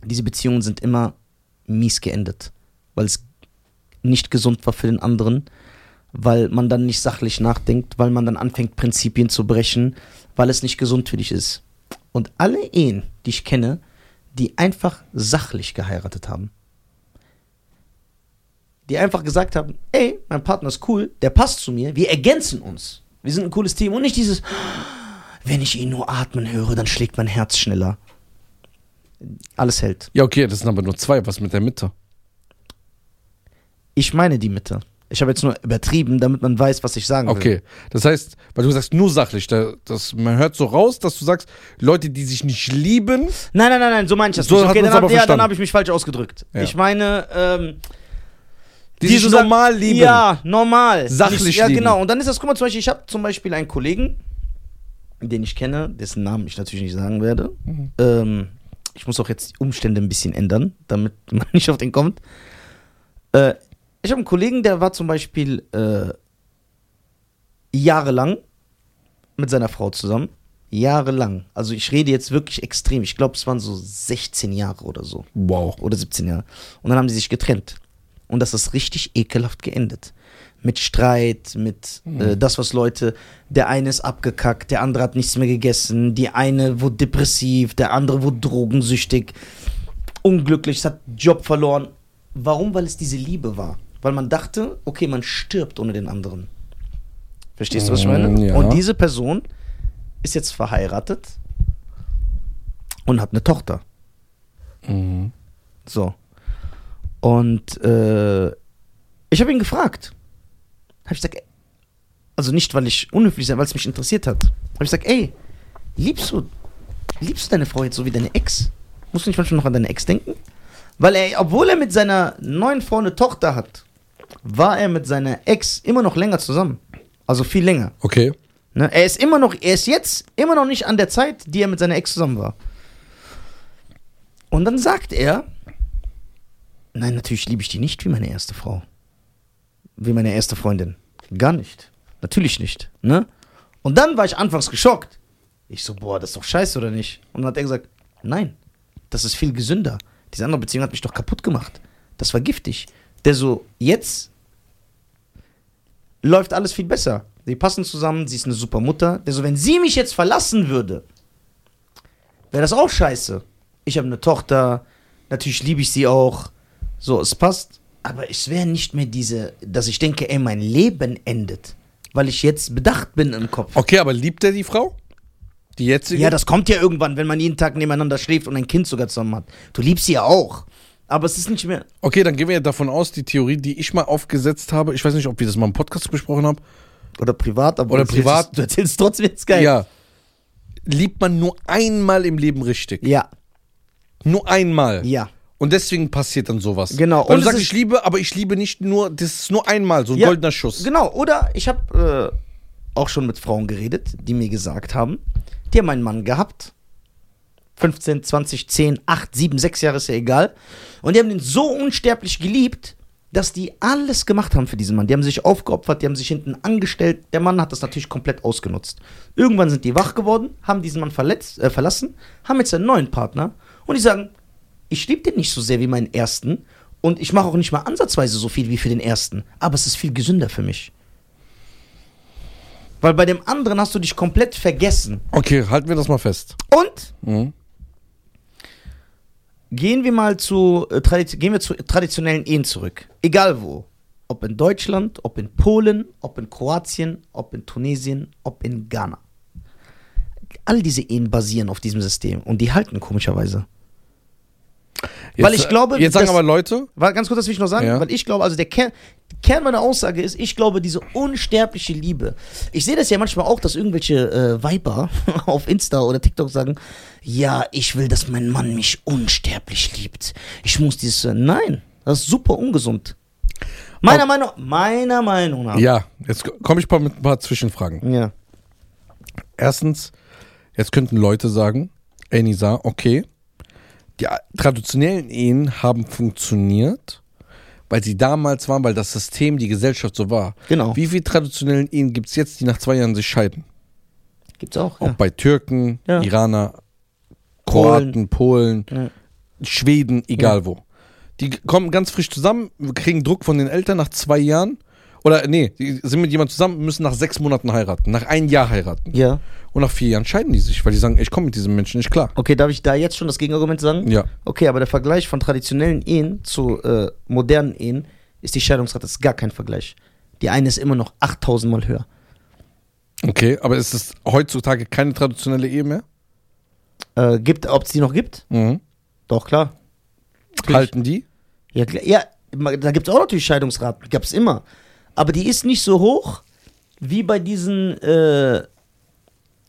S1: Diese Beziehungen sind immer mies geendet, weil es nicht gesund war für den anderen, weil man dann nicht sachlich nachdenkt, weil man dann anfängt, Prinzipien zu brechen, weil es nicht gesund für dich ist. Und alle Ehen, die ich kenne, die einfach sachlich geheiratet haben, die einfach gesagt haben, ey, mein Partner ist cool, der passt zu mir, wir ergänzen uns. Wir sind ein cooles Team und nicht dieses, wenn ich ihn nur atmen höre, dann schlägt mein Herz schneller. Alles hält.
S2: Ja, okay, das sind aber nur zwei. Was mit der Mitte?
S1: Ich meine die Mitte. Ich habe jetzt nur übertrieben, damit man weiß, was ich sagen will.
S2: Okay, das heißt, weil du sagst nur sachlich, da, das, man hört so raus, dass du sagst, Leute, die sich nicht lieben,
S1: Nein, nein, nein, nein, so meine ich das
S2: So
S1: nicht.
S2: hat
S1: Okay,
S2: man's
S1: dann
S2: aber
S1: habe ja, dann
S2: verstanden.
S1: hab ich mich falsch ausgedrückt.
S2: Ja.
S1: Ich meine, ähm,
S2: die,
S1: Die
S2: sich
S1: so sagen-
S2: normal lieben.
S1: ja, normal.
S2: Sachlich
S1: Nicht- Ja,
S2: lieben.
S1: genau. Und dann ist das, guck mal, zum Beispiel, ich habe zum Beispiel einen Kollegen, den ich kenne, dessen Namen ich natürlich nicht sagen werde. Ähm, ich muss auch jetzt die Umstände ein bisschen ändern, damit man nicht auf den kommt. Äh, ich habe einen Kollegen, der war zum Beispiel äh, jahrelang mit seiner Frau zusammen. Jahrelang. Also ich rede jetzt wirklich extrem. Ich glaube, es waren so 16 Jahre oder so
S2: Wow.
S1: oder 17 Jahre. Und dann haben sie sich getrennt. Und das ist richtig ekelhaft geendet. Mit Streit, mit äh, das, was Leute, der eine ist abgekackt, der andere hat nichts mehr gegessen, die eine wurde depressiv, der andere wurde drogensüchtig, unglücklich, es hat Job verloren. Warum? Weil es diese Liebe war. Weil man dachte, okay, man stirbt ohne den anderen. Verstehst du, was ich
S2: Mm,
S1: meine?
S2: ja.
S1: Und diese Person ist jetzt verheiratet und hat eine Tochter.
S2: Mhm.
S1: So. Und äh, ich habe ihn gefragt. Habe ich gesagt, ey- also nicht, weil ich unhöflich sein, weil es mich interessiert hat. Habe ich gesagt, ey, liebst du, liebst du deine Frau jetzt so wie deine Ex? Musst du nicht manchmal noch an deine Ex denken? Weil er, obwohl er mit seiner neuen Frau eine Tochter hat, war er mit seiner Ex immer noch länger zusammen. Also viel länger.
S2: Okay.
S1: Ne? Er ist immer noch, er ist jetzt immer noch nicht an der Zeit, die er mit seiner Ex zusammen war. Und dann sagt er, nein, natürlich liebe ich die nicht wie meine erste Frau. Wie meine erste Freundin. Gar nicht. Natürlich nicht. Ne? Und dann war ich anfangs geschockt. Ich so, boah, das ist doch scheiße, oder nicht? Und dann hat er gesagt, nein, das ist viel gesünder. Diese andere Beziehung hat mich doch kaputt gemacht. Das war giftig. Der so, jetzt läuft alles viel besser. Sie passen zusammen, sie ist eine super Mutter. Der so, wenn sie mich jetzt verlassen würde, wäre das auch scheiße. Ich habe eine Tochter, natürlich liebe ich sie auch. So, es passt. Aber es wäre nicht mehr diese, dass ich denke, ey, mein Leben endet. Weil ich jetzt bedacht bin im Kopf.
S2: Okay, aber liebt er die Frau? Die jetzige?
S1: Ja, das kommt ja irgendwann, wenn man jeden Tag nebeneinander schläft und ein Kind sogar zusammen hat. Du liebst sie ja auch. Aber es ist nicht mehr.
S2: okay, dann gehen wir ja davon aus, die Theorie, die ich mal aufgesetzt habe, ich weiß nicht, ob wir das mal im Podcast besprochen haben.
S1: Oder privat, aber
S2: Oder
S1: du erzählst
S2: privat.
S1: es- Du erzählst es trotzdem jetzt geil.
S2: Ja. Liebt man nur einmal im Leben richtig.
S1: Ja,
S2: Nur einmal.
S1: ja.
S2: Und deswegen passiert dann sowas.
S1: Genau.
S2: Weil
S1: Und
S2: du
S1: es
S2: sagst,
S1: ist-
S2: ich liebe, aber ich liebe nicht nur, das ist nur einmal, so ein
S1: Ja,
S2: goldener Schuss.
S1: Genau, oder ich habe äh, auch schon mit Frauen geredet, die mir gesagt haben, die haben einen Mann gehabt. 15, 20, 10, 8, 7, 6 Jahre ist ja egal. Und die haben den so unsterblich geliebt, dass die alles gemacht haben für diesen Mann. Die haben sich aufgeopfert, die haben sich hinten angestellt. Der Mann hat das natürlich komplett ausgenutzt. Irgendwann sind die wach geworden, haben diesen Mann verletzt, äh, verlassen, haben jetzt einen neuen Partner und die sagen, ich liebe den nicht so sehr wie meinen ersten und ich mache auch nicht mal ansatzweise so viel wie für den ersten, aber es ist viel gesünder für mich. Weil bei dem anderen hast du dich komplett vergessen.
S2: Okay, halten wir das mal fest.
S1: Und
S2: Mhm.
S1: gehen wir mal zu, äh, tradi- gehen wir zu traditionellen Ehen zurück. Egal wo. Ob in Deutschland, ob in Polen, ob in Kroatien, ob in Tunesien, ob in Ghana. All diese Ehen basieren auf diesem System und die halten komischerweise. Weil ich glaube,
S2: Jetzt sagen
S1: dass-
S2: aber Leute,
S1: Weil, ganz kurz, das will ich noch sagen,
S2: Ja.
S1: weil ich glaube, also der Kern, Kern meiner Aussage ist, ich glaube, diese unsterbliche Liebe. Ich sehe das ja manchmal auch, dass irgendwelche äh, Weiber auf Insta oder TikTok sagen, ja, ich will, dass mein Mann mich unsterblich liebt. Ich muss dieses, äh, nein, das ist super ungesund. Meiner Meinung, meiner Meinung nach.
S2: ja, jetzt komme ich mal mit ein paar Zwischenfragen.
S1: Ja.
S2: Erstens, jetzt könnten Leute sagen, ey Nisa, okay, die a- traditionellen Ehen haben funktioniert, weil sie damals waren, weil das System, die Gesellschaft so war.
S1: Genau.
S2: Wie viele traditionellen Ehen gibt es jetzt, die nach zwei Jahren sich scheiden?
S1: Gibt's auch.
S2: Auch
S1: Ja.
S2: bei Türken,
S1: Ja.
S2: Iraner, Kroaten,
S1: Polen.
S2: Polen,
S1: Ja.
S2: Schweden, egal wo. Die kommen ganz frisch zusammen, kriegen Druck von den Eltern nach zwei Jahren. Oder nee, die sind mit jemandem zusammen, müssen nach sechs Monaten heiraten, nach einem Jahr heiraten.
S1: ja.
S2: Und nach vier Jahren scheiden die sich, weil die sagen, ich komme mit diesem Menschen nicht klar.
S1: Okay, darf ich da jetzt schon das Gegenargument sagen?
S2: Ja.
S1: Okay, aber der Vergleich von traditionellen Ehen zu äh, modernen Ehen ist die Scheidungsrate ist gar kein Vergleich. Die eine ist immer noch 8000 Mal höher.
S2: Okay, aber ist es heutzutage keine traditionelle Ehe mehr?
S1: Äh, gibt, ob es die noch gibt?
S2: Mhm.
S1: Doch, klar.
S2: Halten die?
S1: Ja, klar. ja ma- da gibt es auch natürlich Scheidungsraten, gab es immer. Aber die ist nicht so hoch wie bei diesen äh,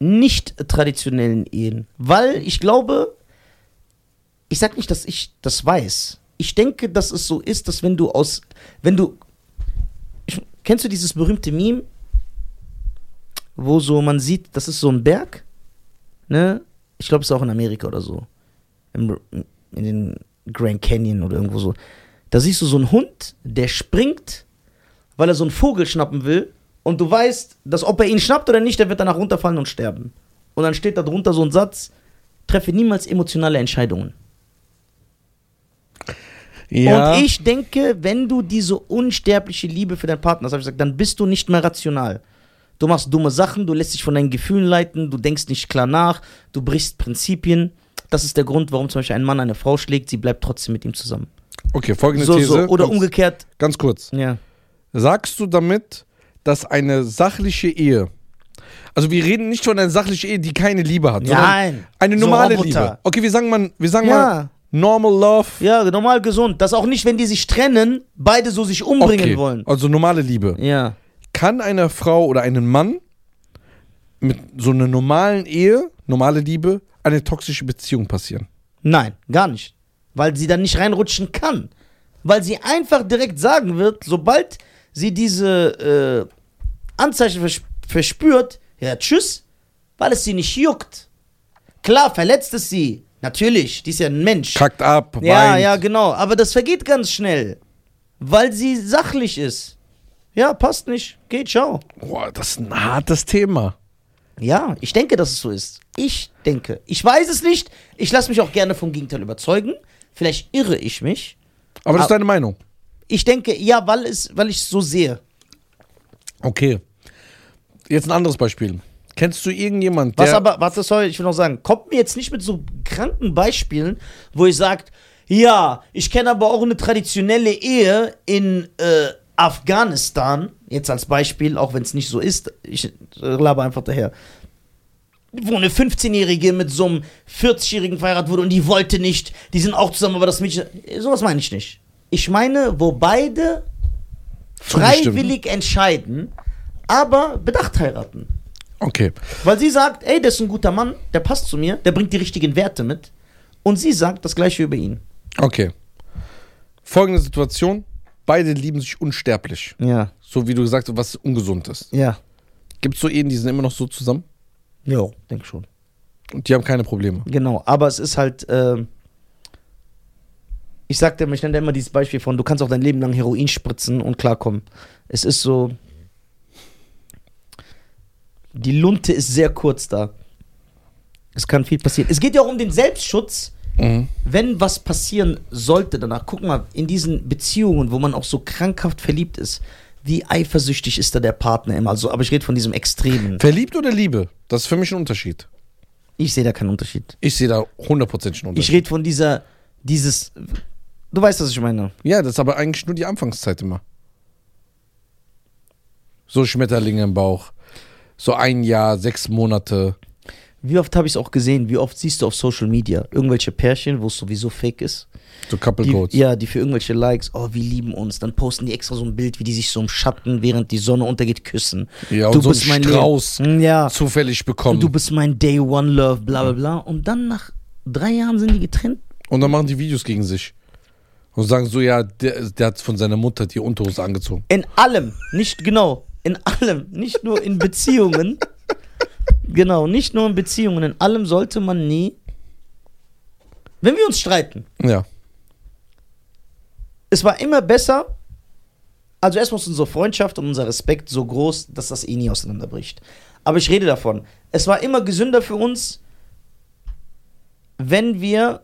S1: nicht traditionellen Ehen. Weil ich glaube, ich sag nicht, dass ich das weiß. Ich denke, dass es so ist, dass wenn du aus, wenn du, ich, kennst du dieses berühmte Meme, wo so man sieht, das ist so ein Berg, ne? Ich glaube, es ist auch in Amerika oder so, Im, in den Grand Canyon oder irgendwo so. Da siehst du so einen Hund, der springt, weil er so einen Vogel schnappen will und du weißt, dass ob er ihn schnappt oder nicht, der wird danach runterfallen und sterben. Und dann steht da drunter so ein Satz: Treffe niemals emotionale Entscheidungen. Und ich denke, wenn du diese unsterbliche Liebe für deinen Partner hast, hab ich gesagt, dann bist du nicht mehr rational. Du machst dumme Sachen, du lässt dich von deinen Gefühlen leiten, du denkst nicht klar nach, du brichst Prinzipien. Das ist der Grund, warum zum Beispiel ein Mann eine Frau schlägt, sie bleibt trotzdem mit ihm zusammen.
S2: Okay, folgende
S1: So,
S2: These.
S1: so. Oder
S2: ganz,
S1: umgekehrt.
S2: ganz kurz.
S1: Ja.
S2: Sagst du damit, dass eine sachliche Ehe, also wir reden nicht von einer sachlichen Ehe, die keine Liebe hat,
S1: Nein.
S2: sondern eine
S1: So
S2: normale
S1: Roboter.
S2: Liebe. Okay, wir sagen mal, wir sagen mal
S1: Ja.
S2: normal love.
S1: Ja, normal gesund. Das auch nicht, wenn die sich trennen, beide so sich umbringen
S2: okay.
S1: wollen.
S2: Also normale Liebe.
S1: Ja.
S2: Kann einer Frau oder einem Mann mit so einer normalen Ehe, normale Liebe, eine toxische Beziehung passieren?
S1: Nein, gar nicht. Weil sie dann nicht reinrutschen kann. Weil sie einfach direkt sagen wird, sobald sie diese äh, Anzeichen vers verspürt, ja, tschüss, weil es sie nicht juckt. Klar, verletzt es sie. Natürlich, die ist ja ein Mensch.
S2: Kackt ab,
S1: ja,
S2: weint.
S1: ja, genau. Aber das vergeht ganz schnell. Weil sie sachlich ist. Ja, passt nicht. Geht, ciao.
S2: Boah, das ist ein hartes Thema.
S1: Ja, ich denke, dass es so ist. Ich denke. Ich weiß es nicht. Ich lasse mich auch gerne vom Gegenteil überzeugen. Vielleicht irre ich mich.
S2: Aber das ist
S1: Ah.
S2: deine Meinung.
S1: Ich denke, ja, weil, es, weil ich es so sehe.
S2: Okay. Jetzt ein anderes Beispiel. Kennst du irgendjemand, der.
S1: Was aber, warte, sorry, ich will noch sagen, kommt mir jetzt nicht mit so kranken Beispielen, wo ich sage, ja, ich kenne aber auch eine traditionelle Ehe in äh, Afghanistan, jetzt als Beispiel, auch wenn es nicht so ist, ich äh, laber einfach daher, wo eine 15-Jährige mit so einem 40-Jährigen verheiratet wurde und die wollte nicht, die sind auch zusammen, aber das Mädchen, äh, sowas meine ich nicht. Ich meine, wo beide
S2: Zugestimmt.
S1: freiwillig entscheiden, aber bedacht heiraten.
S2: Okay.
S1: Weil sie sagt, ey, der ist ein guter Mann, der passt zu mir, der bringt die richtigen Werte mit. Und sie sagt das gleiche über ihn.
S2: Okay. Folgende Situation. Beide lieben sich unsterblich.
S1: Ja,
S2: So wie du gesagt hast, was ungesund ist.
S1: ja.
S2: Gibt es so Ehen, die sind immer noch so zusammen?
S1: Jo, denk schon.
S2: Und die haben keine Probleme.
S1: Genau, aber es ist halt, ähm, ich sagte immer, ich nenne immer dieses Beispiel von, du kannst auch dein Leben lang Heroin spritzen und klarkommen. Es ist so, die Lunte ist sehr kurz da. Es kann viel passieren. Es geht ja auch um den Selbstschutz.
S2: Mhm.
S1: wenn was passieren sollte danach, guck mal, in diesen Beziehungen, wo man auch so krankhaft verliebt ist, wie eifersüchtig ist da der Partner immer? Also, aber ich rede von diesem Extremen.
S2: Verliebt oder Liebe? Das ist für mich ein Unterschied.
S1: Ich sehe da keinen Unterschied.
S2: Ich sehe da hundertprozentig einen
S1: Ich
S2: Unterschied.
S1: rede von dieser, dieses, du weißt, was ich meine.
S2: ja, das ist aber eigentlich nur die Anfangszeit immer. So Schmetterlinge im Bauch. So ein Jahr, sechs Monate.
S1: Wie oft habe ich es auch gesehen? Wie oft siehst du auf Social Media irgendwelche Pärchen, wo es sowieso fake ist?
S2: So Couple
S1: Die,
S2: Codes.
S1: ja, die für irgendwelche Likes, oh, wir lieben uns. Dann posten die extra so ein Bild, wie die sich so im Schatten, während die Sonne untergeht, küssen.
S2: Ja, und so ein
S1: Leben. Hm,
S2: Strauß.
S1: Ja.
S2: Zufällig bekommen.
S1: Und du bist mein Day One Love, bla bla bla. Und dann nach drei Jahren sind die getrennt.
S2: Und dann machen die Videos gegen sich. Und sagen so, ja, der, der hat von seiner Mutter die Unterhose angezogen.
S1: In allem, nicht genau, in allem, nicht nur in Beziehungen. genau, nicht nur in Beziehungen, in allem sollte man nie. Wenn wir uns streiten,
S2: Ja.
S1: es war immer besser. Also erstmal ist unsere Freundschaft und unser Respekt so groß, dass das eh nie auseinanderbricht. Aber ich rede davon. Es war immer gesünder für uns, wenn wir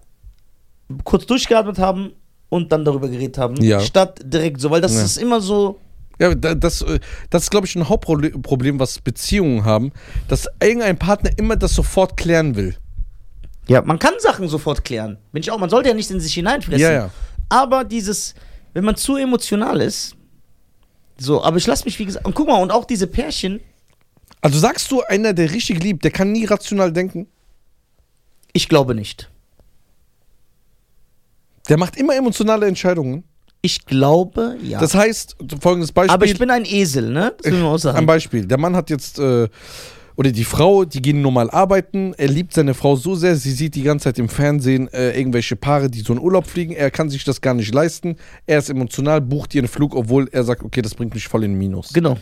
S1: kurz durchgeatmet haben und dann darüber geredet haben,
S2: Ja.
S1: statt direkt so, weil das
S2: Ja.
S1: ist immer so.
S2: Ja, da- das, äh, das ist, glaube ich, ein Hauptproblem, was Beziehungen haben, dass irgendein Partner immer das sofort klären will.
S1: Ja, man kann Sachen sofort klären. Bin ich auch. Man sollte ja nicht in sich hineinfressen.
S2: Ja, ja.
S1: Aber dieses, wenn man zu emotional ist, so, aber ich lasse mich, wie gesagt, und guck mal, und auch diese Pärchen,
S2: Also sagst du, einer, der richtig liebt, der kann nie rational denken?
S1: Ich glaube nicht.
S2: Der macht immer emotionale Entscheidungen.
S1: Ich glaube ja.
S2: Das heißt, folgendes Beispiel.
S1: Aber ich bin ein Esel, ne? Das will man auch
S2: Ein
S1: sagen.
S2: Beispiel. Der Mann hat jetzt, äh, oder die Frau, die gehen normal arbeiten. Er liebt seine Frau so sehr, sie sieht die ganze Zeit im Fernsehen äh, irgendwelche Paare, die so in Urlaub fliegen. Er kann sich das gar nicht leisten. Er ist emotional, bucht ihren Flug, obwohl er sagt, okay, das bringt mich voll in den Minus.
S1: Genau.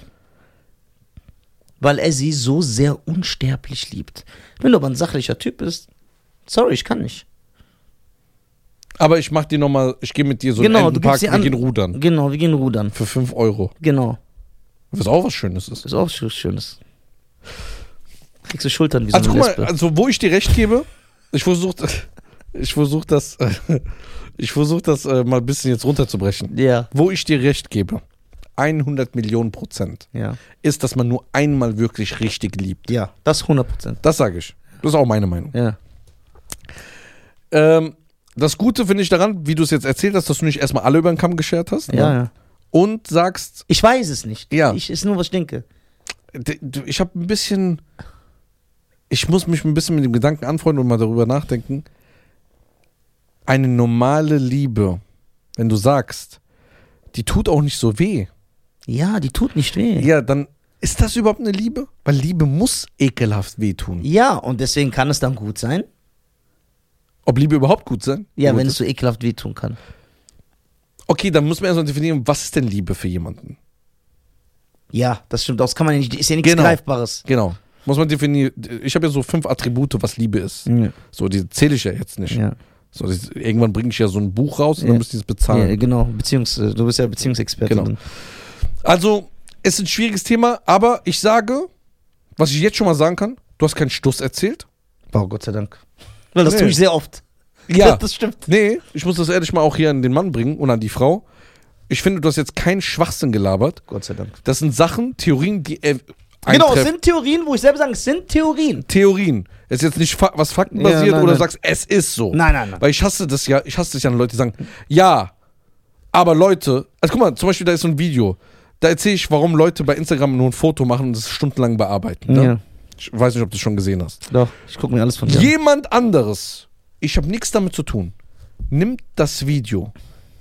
S1: Weil er sie so sehr unsterblich liebt. Wenn du aber ein sachlicher Typ bist, sorry, ich kann nicht.
S2: Aber ich mach dir nochmal, ich gehe mit dir so
S1: genau,
S2: in
S1: du
S2: den
S1: gibst
S2: Park,
S1: sie
S2: wir
S1: an.
S2: gehen rudern.
S1: Genau, wir gehen rudern.
S2: Für 5 Euro.
S1: Genau.
S2: Was auch was Schönes ist.
S1: Ist auch was Schönes. Kriegst du Schultern wie so
S2: Also
S1: eine
S2: guck mal,
S1: Lesbe.
S2: also wo ich dir recht gebe, ich versuche ich versuch das, ich versuch das äh, mal ein bisschen jetzt runterzubrechen.
S1: ja.
S2: wo ich dir recht gebe, 100 Millionen Prozent,
S1: Ja.
S2: ist, dass man nur einmal wirklich richtig liebt.
S1: Ja, das 100 Prozent.
S2: Das sage ich. Das ist auch meine Meinung.
S1: Ja.
S2: Ähm, das Gute finde ich daran, wie du es jetzt erzählt hast, dass du nicht erstmal alle über den Kamm geschert hast
S1: ja,
S2: ne?
S1: ja.
S2: und sagst,
S1: Ich weiß es nicht.
S2: Ja.
S1: Ich ist nur, was ich denke.
S2: d- d- ich habe ein bisschen, ich muss mich ein bisschen mit dem Gedanken anfreunden und mal darüber nachdenken. Eine normale Liebe, wenn du sagst, die tut auch nicht so weh.
S1: Ja, die tut nicht weh.
S2: Ja, dann ist das überhaupt eine Liebe? Weil Liebe muss ekelhaft wehtun.
S1: Ja, und deswegen kann es dann gut sein.
S2: Ob Liebe überhaupt gut sein?
S1: Ja,
S2: gut
S1: wenn es
S2: ist.
S1: so ekelhaft wehtun kann.
S2: Okay, dann muss man erstmal definieren, was ist denn Liebe für jemanden?
S1: Ja, das stimmt. Das kann man ja nicht. Ist ja nichts
S2: Genau.
S1: Greifbares.
S2: Genau. Muss man definieren. Ich habe ja so fünf Attribute, was Liebe ist.
S1: Ja.
S2: So, die zähle ich ja jetzt nicht.
S1: Ja.
S2: So, das, irgendwann bringe ich ja so ein Buch raus und
S1: Ja.
S2: dann müsst ihr es bezahlen.
S1: Ja, genau. Beziehungs, äh, du bist ja Beziehungsexperte.
S2: Genau.
S1: dann.
S2: Also, es ist ein schwieriges Thema, aber ich sage, was ich jetzt schon mal sagen kann, du hast keinen Stuss erzählt.
S1: Boah, Gott sei Dank. Weil das
S2: Nee.
S1: tue ich sehr oft.
S2: Ja.
S1: Das stimmt.
S2: Nee, ich muss das ehrlich mal auch hier an den Mann bringen und an die Frau. Ich finde, du hast jetzt keinen Schwachsinn gelabert.
S1: Gott sei Dank.
S2: Das sind Sachen, Theorien, die äh,
S1: Genau, es
S2: eintreffen.
S1: sind Theorien, wo ich selber sage, es sind Theorien.
S2: Theorien. Es ist jetzt nicht fa was faktenbasiert
S1: Ja, nein,
S2: oder
S1: nein.
S2: sagst, es ist so.
S1: Nein, nein, nein.
S2: Weil ich hasse das ja, ich hasse das ja, wenn Leute die sagen, ja, aber Leute, also guck mal, zum Beispiel da ist so ein Video, da erzähle ich, warum Leute bei Instagram nur ein Foto machen und es stundenlang bearbeiten. Ne?
S1: Ja.
S2: Ich weiß nicht, ob du es schon gesehen hast.
S1: Doch, ich gucke mir alles von dir an.
S2: Jemand anderes, ich habe nichts damit zu tun, nimmt das Video,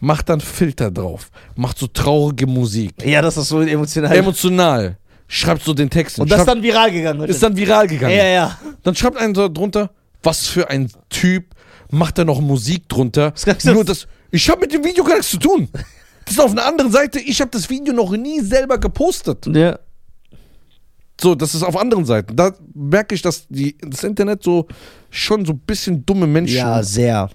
S2: macht dann Filter drauf, macht so traurige Musik,
S1: Ja, das ist so emotional.
S2: emotional, schreibt so den Text hin,
S1: Und das ist
S2: schreibt,
S1: dann viral gegangen. Leute.
S2: ist dann viral gegangen.
S1: ja, ja.
S2: Dann schreibt einer so drunter, was für ein Typ, macht da noch Musik drunter.
S1: kannst du-
S2: Nur das, ich habe mit dem Video gar nichts zu tun. Das ist auf einer anderen Seite, ich habe das Video noch nie selber gepostet.
S1: Ja.
S2: So, das ist auf anderen Seiten. Da merke ich, dass die, das Internet so schon so ein bisschen dumme Menschen
S1: ja, also- sehr.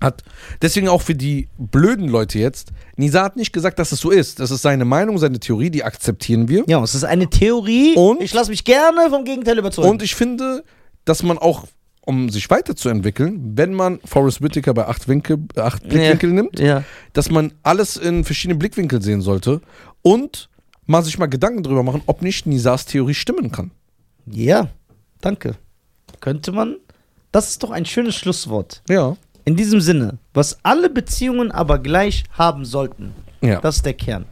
S2: hat. Deswegen auch für die blöden Leute jetzt. Nisa hat nicht gesagt, dass es so ist. Das ist seine Meinung, seine Theorie, die akzeptieren wir.
S1: Ja, und es ist eine Theorie.
S2: Und?
S1: Ich lasse mich gerne vom Gegenteil überzeugen.
S2: Und ich finde, dass man auch, um sich weiterzuentwickeln, wenn man Forrest Whitaker bei acht, Winkel, äh, acht Blickwinkel
S1: ja.
S2: nimmt,
S1: Ja.
S2: dass man alles in verschiedenen Blickwinkeln sehen sollte und mal sich mal Gedanken drüber machen, ob nicht Nisas Theorie stimmen kann.
S1: Ja, danke. Könnte man? Das ist doch ein schönes Schlusswort.
S2: Ja.
S1: In diesem Sinne, was alle Beziehungen aber gleich haben sollten,
S2: Ja.
S1: das ist der Kern,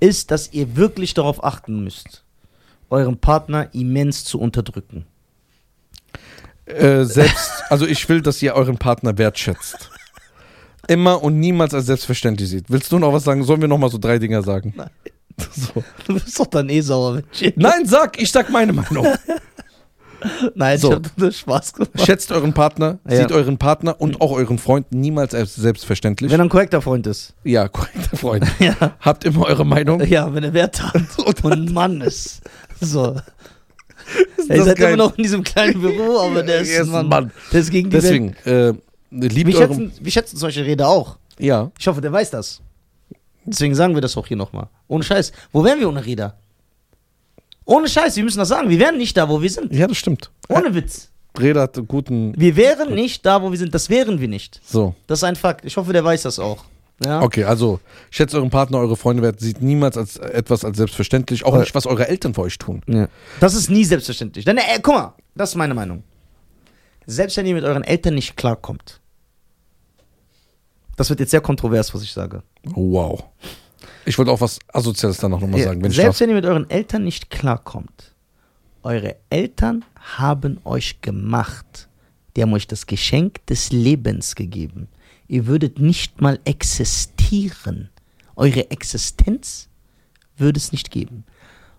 S1: ist, dass ihr wirklich darauf achten müsst, euren Partner immens zu unterdrücken.
S2: Äh, selbst, also ich will, dass ihr euren Partner wertschätzt. Immer und niemals als selbstverständlich seht. Willst du noch was sagen? Sollen wir noch mal so drei Dinger sagen? Nein. So.
S1: Du bist doch dann eh sauer, Mensch.
S2: Nein, sag, ich sag meine Meinung.
S1: Nein,
S2: So.
S1: ich hab nur Spaß gemacht.
S2: Schätzt euren Partner,
S1: Ja.
S2: sieht euren Partner und auch euren Freund niemals als selbstverständlich.
S1: Wenn er ein korrekter Freund ist.
S2: ja, korrekter Freund.
S1: Ja.
S2: Habt immer eure Meinung.
S1: Ja, wenn er Wert hat und ein Mann ist. So.
S2: das
S1: Ihr seid
S2: geil?
S1: immer noch in diesem kleinen Büro, aber der ist,
S2: Er ist ein
S1: ein Mann.
S2: Mann.
S1: Der ist gegen die Welt.
S2: Deswegen, äh, liebt
S1: Wir
S2: euren.
S1: schätzen, wir schätzen solche Rede auch.
S2: Ja.
S1: Ich hoffe, der weiß das. Deswegen sagen wir das auch hier nochmal. Ohne Scheiß. Wo wären wir ohne Reda? Ohne Scheiß, wir müssen das sagen. Wir wären nicht da, wo wir sind.
S2: ja, das stimmt.
S1: Ohne Witz.
S2: Äh, Reda hat einen guten.
S1: Wir wären nicht da, wo wir sind. Das wären wir nicht.
S2: So.
S1: Das ist ein Fakt. Ich hoffe, der weiß das auch. Ja?
S2: Okay, also schätzt euren Partner, eure Freunde wert, sieht niemals als etwas als selbstverständlich,
S1: Äh.
S2: auch nicht, was eure Eltern für euch tun.
S1: Ja. Das ist nie selbstverständlich. Denn, äh, guck mal, das ist meine Meinung. Selbst wenn ihr mit euren Eltern nicht klarkommt, das wird jetzt sehr kontrovers, was ich sage.
S2: Wow. Ich wollte auch was Asoziales danach nochmal
S1: Ja,
S2: sagen, wenn ich
S1: Selbst
S2: darf.
S1: wenn ihr mit euren Eltern nicht klarkommt, Eure Eltern haben euch gemacht. Die haben euch das Geschenk des Lebens gegeben. Ihr würdet nicht mal existieren. Eure Existenz würde es nicht geben.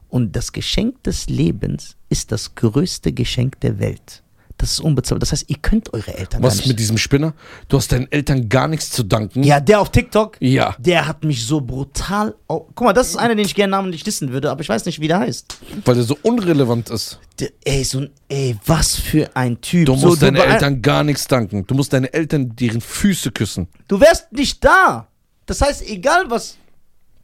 S1: Und das Geschenk des Lebens ist das größte Geschenk der Welt. Das ist unbezahlbar. Das heißt, ihr könnt eure Eltern gar
S2: Was ist
S1: nicht.
S2: mit diesem Spinner? Du hast deinen Eltern gar nichts zu danken.
S1: ja, der auf TikTok,
S2: Ja.
S1: der hat mich so brutal. Au Guck mal, das ist einer, den ich gerne namentlich listen würde, aber ich weiß nicht, wie der heißt.
S2: Weil der so unrelevant ist.
S1: Der, ey, so ein, ey, was für ein Typ.
S2: Du
S1: so,
S2: musst deinen
S1: bee-
S2: Eltern gar nichts danken. Du musst deine Eltern deren Füße küssen.
S1: äh, Du wärst nicht da. Das heißt, egal was.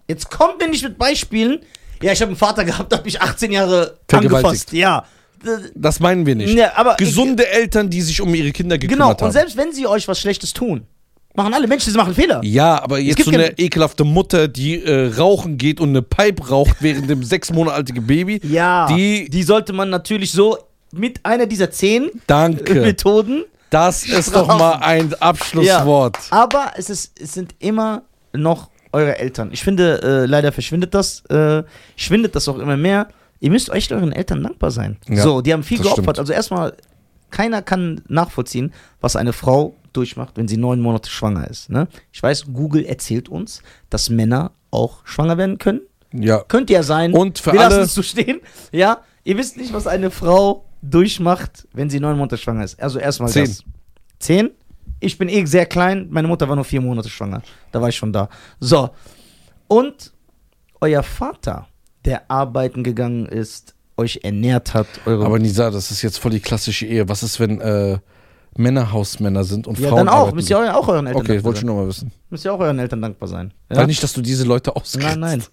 S1: Jetzt kommt mir nicht mit Beispielen. Ja, ich habe einen Vater gehabt, der hat mich 18 Jahre
S2: Vergewaltigt.
S1: angefasst. Ja. D- genau.
S2: Das meinen wir nicht.
S1: Ja, aber-
S2: Gesunde Eltern, die sich um ihre Kinder
S1: Genau,
S2: gekümmert
S1: und
S2: haben.
S1: selbst wenn sie euch was Schlechtes tun, machen alle Menschen, sie machen Fehler.
S2: Ja, aber jetzt
S1: gibt
S2: so
S1: keine-
S2: eine ekelhafte Mutter, die äh, rauchen geht und eine Pipe raucht während dem sechs Monate alte Baby.
S1: Ja,
S2: Die,
S1: die sollte man natürlich so mit einer dieser zehn
S2: danke.
S1: Methoden
S2: Das ist doch
S1: Strafen.
S2: mal ein Abschlusswort.
S1: Ja, aber es, ist, es sind immer noch eure Eltern. Ich finde, äh, leider verschwindet das, äh, schwindet das auch immer mehr. Ihr müsst echt euren Eltern dankbar sein.
S2: Ja,
S1: so, die haben viel
S2: das
S1: geopfert.
S2: stimmt.
S1: Also erstmal, keiner kann nachvollziehen, was eine Frau durchmacht, wenn sie neun Monate schwanger ist. Ne? Ich weiß, Google erzählt uns, dass Männer auch schwanger werden können.
S2: Ja.
S1: Könnte ja sein.
S2: Und für
S1: Wir
S2: alle-
S1: lassen es so stehen. Ja, ihr wisst nicht, was eine Frau durchmacht, wenn sie neun Monate schwanger ist. Also erstmal
S2: Zehn.
S1: das. Zehn? Ich bin eh sehr klein. Meine Mutter war nur vier Monate schwanger. Da war ich schon da. So. Und euer Vater, der arbeiten gegangen ist, euch ernährt hat, eure
S2: Aber Nisa, das ist jetzt voll die klassische Ehe. Was ist, wenn äh, Männer Hausmänner sind und
S1: ja,
S2: Frauen
S1: dann auch.
S2: arbeiten?
S1: Müsst ihr eu- auch euren Eltern
S2: okay,
S1: dankbar
S2: wollte ich
S1: sein.
S2: nur mal wissen.
S1: Müsst ihr auch euren Eltern dankbar sein. Ja?
S2: Weil nicht, dass du diese Leute ausgrenzt.
S1: Nein, nein.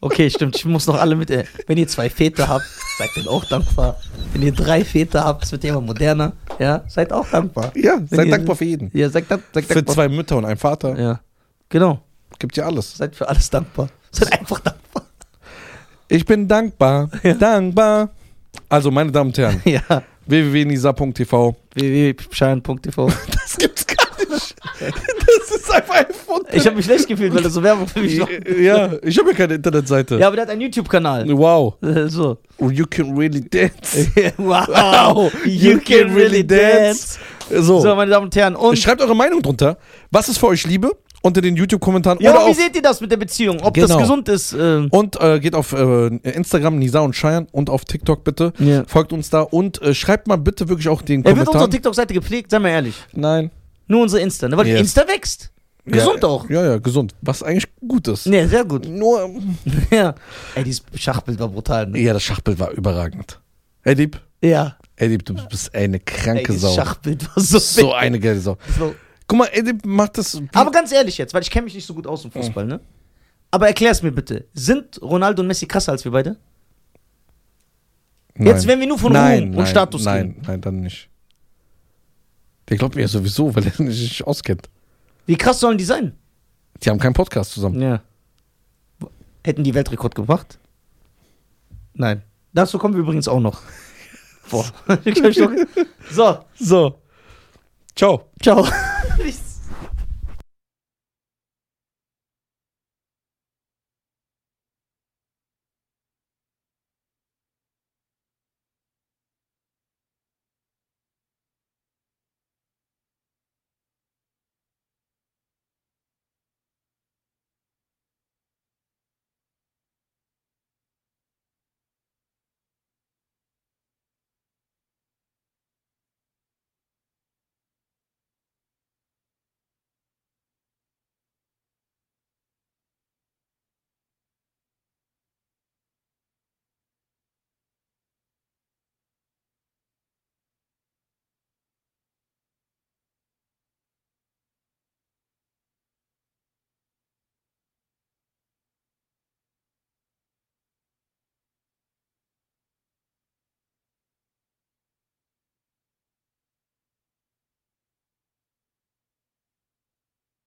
S1: Okay, stimmt. Ich muss noch alle mit. äh, Wenn ihr zwei Väter habt, seid dann auch dankbar. Wenn ihr drei Väter habt, es wird ja immer moderner. Ja, seid auch dankbar.
S2: Ja,
S1: Wenn
S2: seid
S1: ihr-
S2: dankbar für jeden.
S1: Ja, seid, dank, seid
S2: Für
S1: dankbar.
S2: zwei Mütter und einen Vater.
S1: Ja, genau.
S2: Gibt ja alles.
S1: Seid für alles dankbar. Seid einfach dankbar.
S2: Ich bin dankbar.
S1: Ja.
S2: Dankbar. Also, meine Damen und Herren,
S1: Ja.
S2: www.nisa.tv.
S1: www.schein.tv.
S2: Das gibt's gar nicht. Das ist einfach erfunden.
S1: Ich habe mich schlecht gefühlt, weil das so Werbung für mich war.
S2: ja, ich habe ja keine Internetseite.
S1: Ja, aber der hat einen YouTube-Kanal.
S2: Wow.
S1: Äh, So.
S2: You can really dance.
S1: Wow. You can really dance.
S2: So.
S1: So, meine Damen und Herren. Und
S2: Schreibt eure Meinung drunter. Was ist für euch Liebe? Unter den YouTube-Kommentaren
S1: ja,
S2: oder
S1: aber wie
S2: auf.
S1: seht ihr das mit der Beziehung? Ob das
S2: Genau.
S1: gesund ist? ähm,
S2: Und äh, geht auf äh, Instagram, Nisa und Cheyenne und auf TikTok bitte.
S1: Ja.
S2: Folgt uns da und äh, schreibt mal bitte wirklich auch den
S1: Er wird unsere
S2: Kommentar.
S1: TikTok-Seite gepflegt, seien wir ehrlich.
S2: Nein.
S1: Nur unsere Insta, ne? weil
S2: Yes.
S1: die Insta wächst. Gesund
S2: ja,
S1: auch.
S2: Ja, ja, gesund. Was eigentlich gut ist.
S1: Ne, sehr gut.
S2: Nur. ähm,
S1: Ja. Ey, dieses Schachbild war brutal, ne?
S2: Ja, das Schachbild war überragend. Edip,
S1: Ja.
S2: Edip, du bist eine
S1: Ey,
S2: kranke
S1: dieses
S2: Sau.
S1: Schachbild war so,
S2: So eine geile Sau.
S1: so.
S2: Guck mal, Edip macht das.
S1: Aber ganz ehrlich jetzt, weil ich kenne mich nicht so gut aus im
S2: Mhm.
S1: Fußball, ne? Aber erklär's mir bitte. Sind Ronaldo und Messi krasser als wir beide?
S2: Nein.
S1: Jetzt, wenn wir nur von
S2: nein,
S1: Ruhm
S2: nein,
S1: und Status
S2: nein,
S1: reden.
S2: Nein, nein, dann nicht. Der glaubt mir ja sowieso, weil er sich nicht auskennt.
S1: Wie krass sollen die sein?
S2: Die haben keinen Podcast zusammen.
S1: Ja. Hätten die Weltrekord gemacht? Nein. Dazu kommen wir übrigens auch noch. Boah. Ich glaub, ich noch- so,
S2: So. Ciao.
S1: ciao.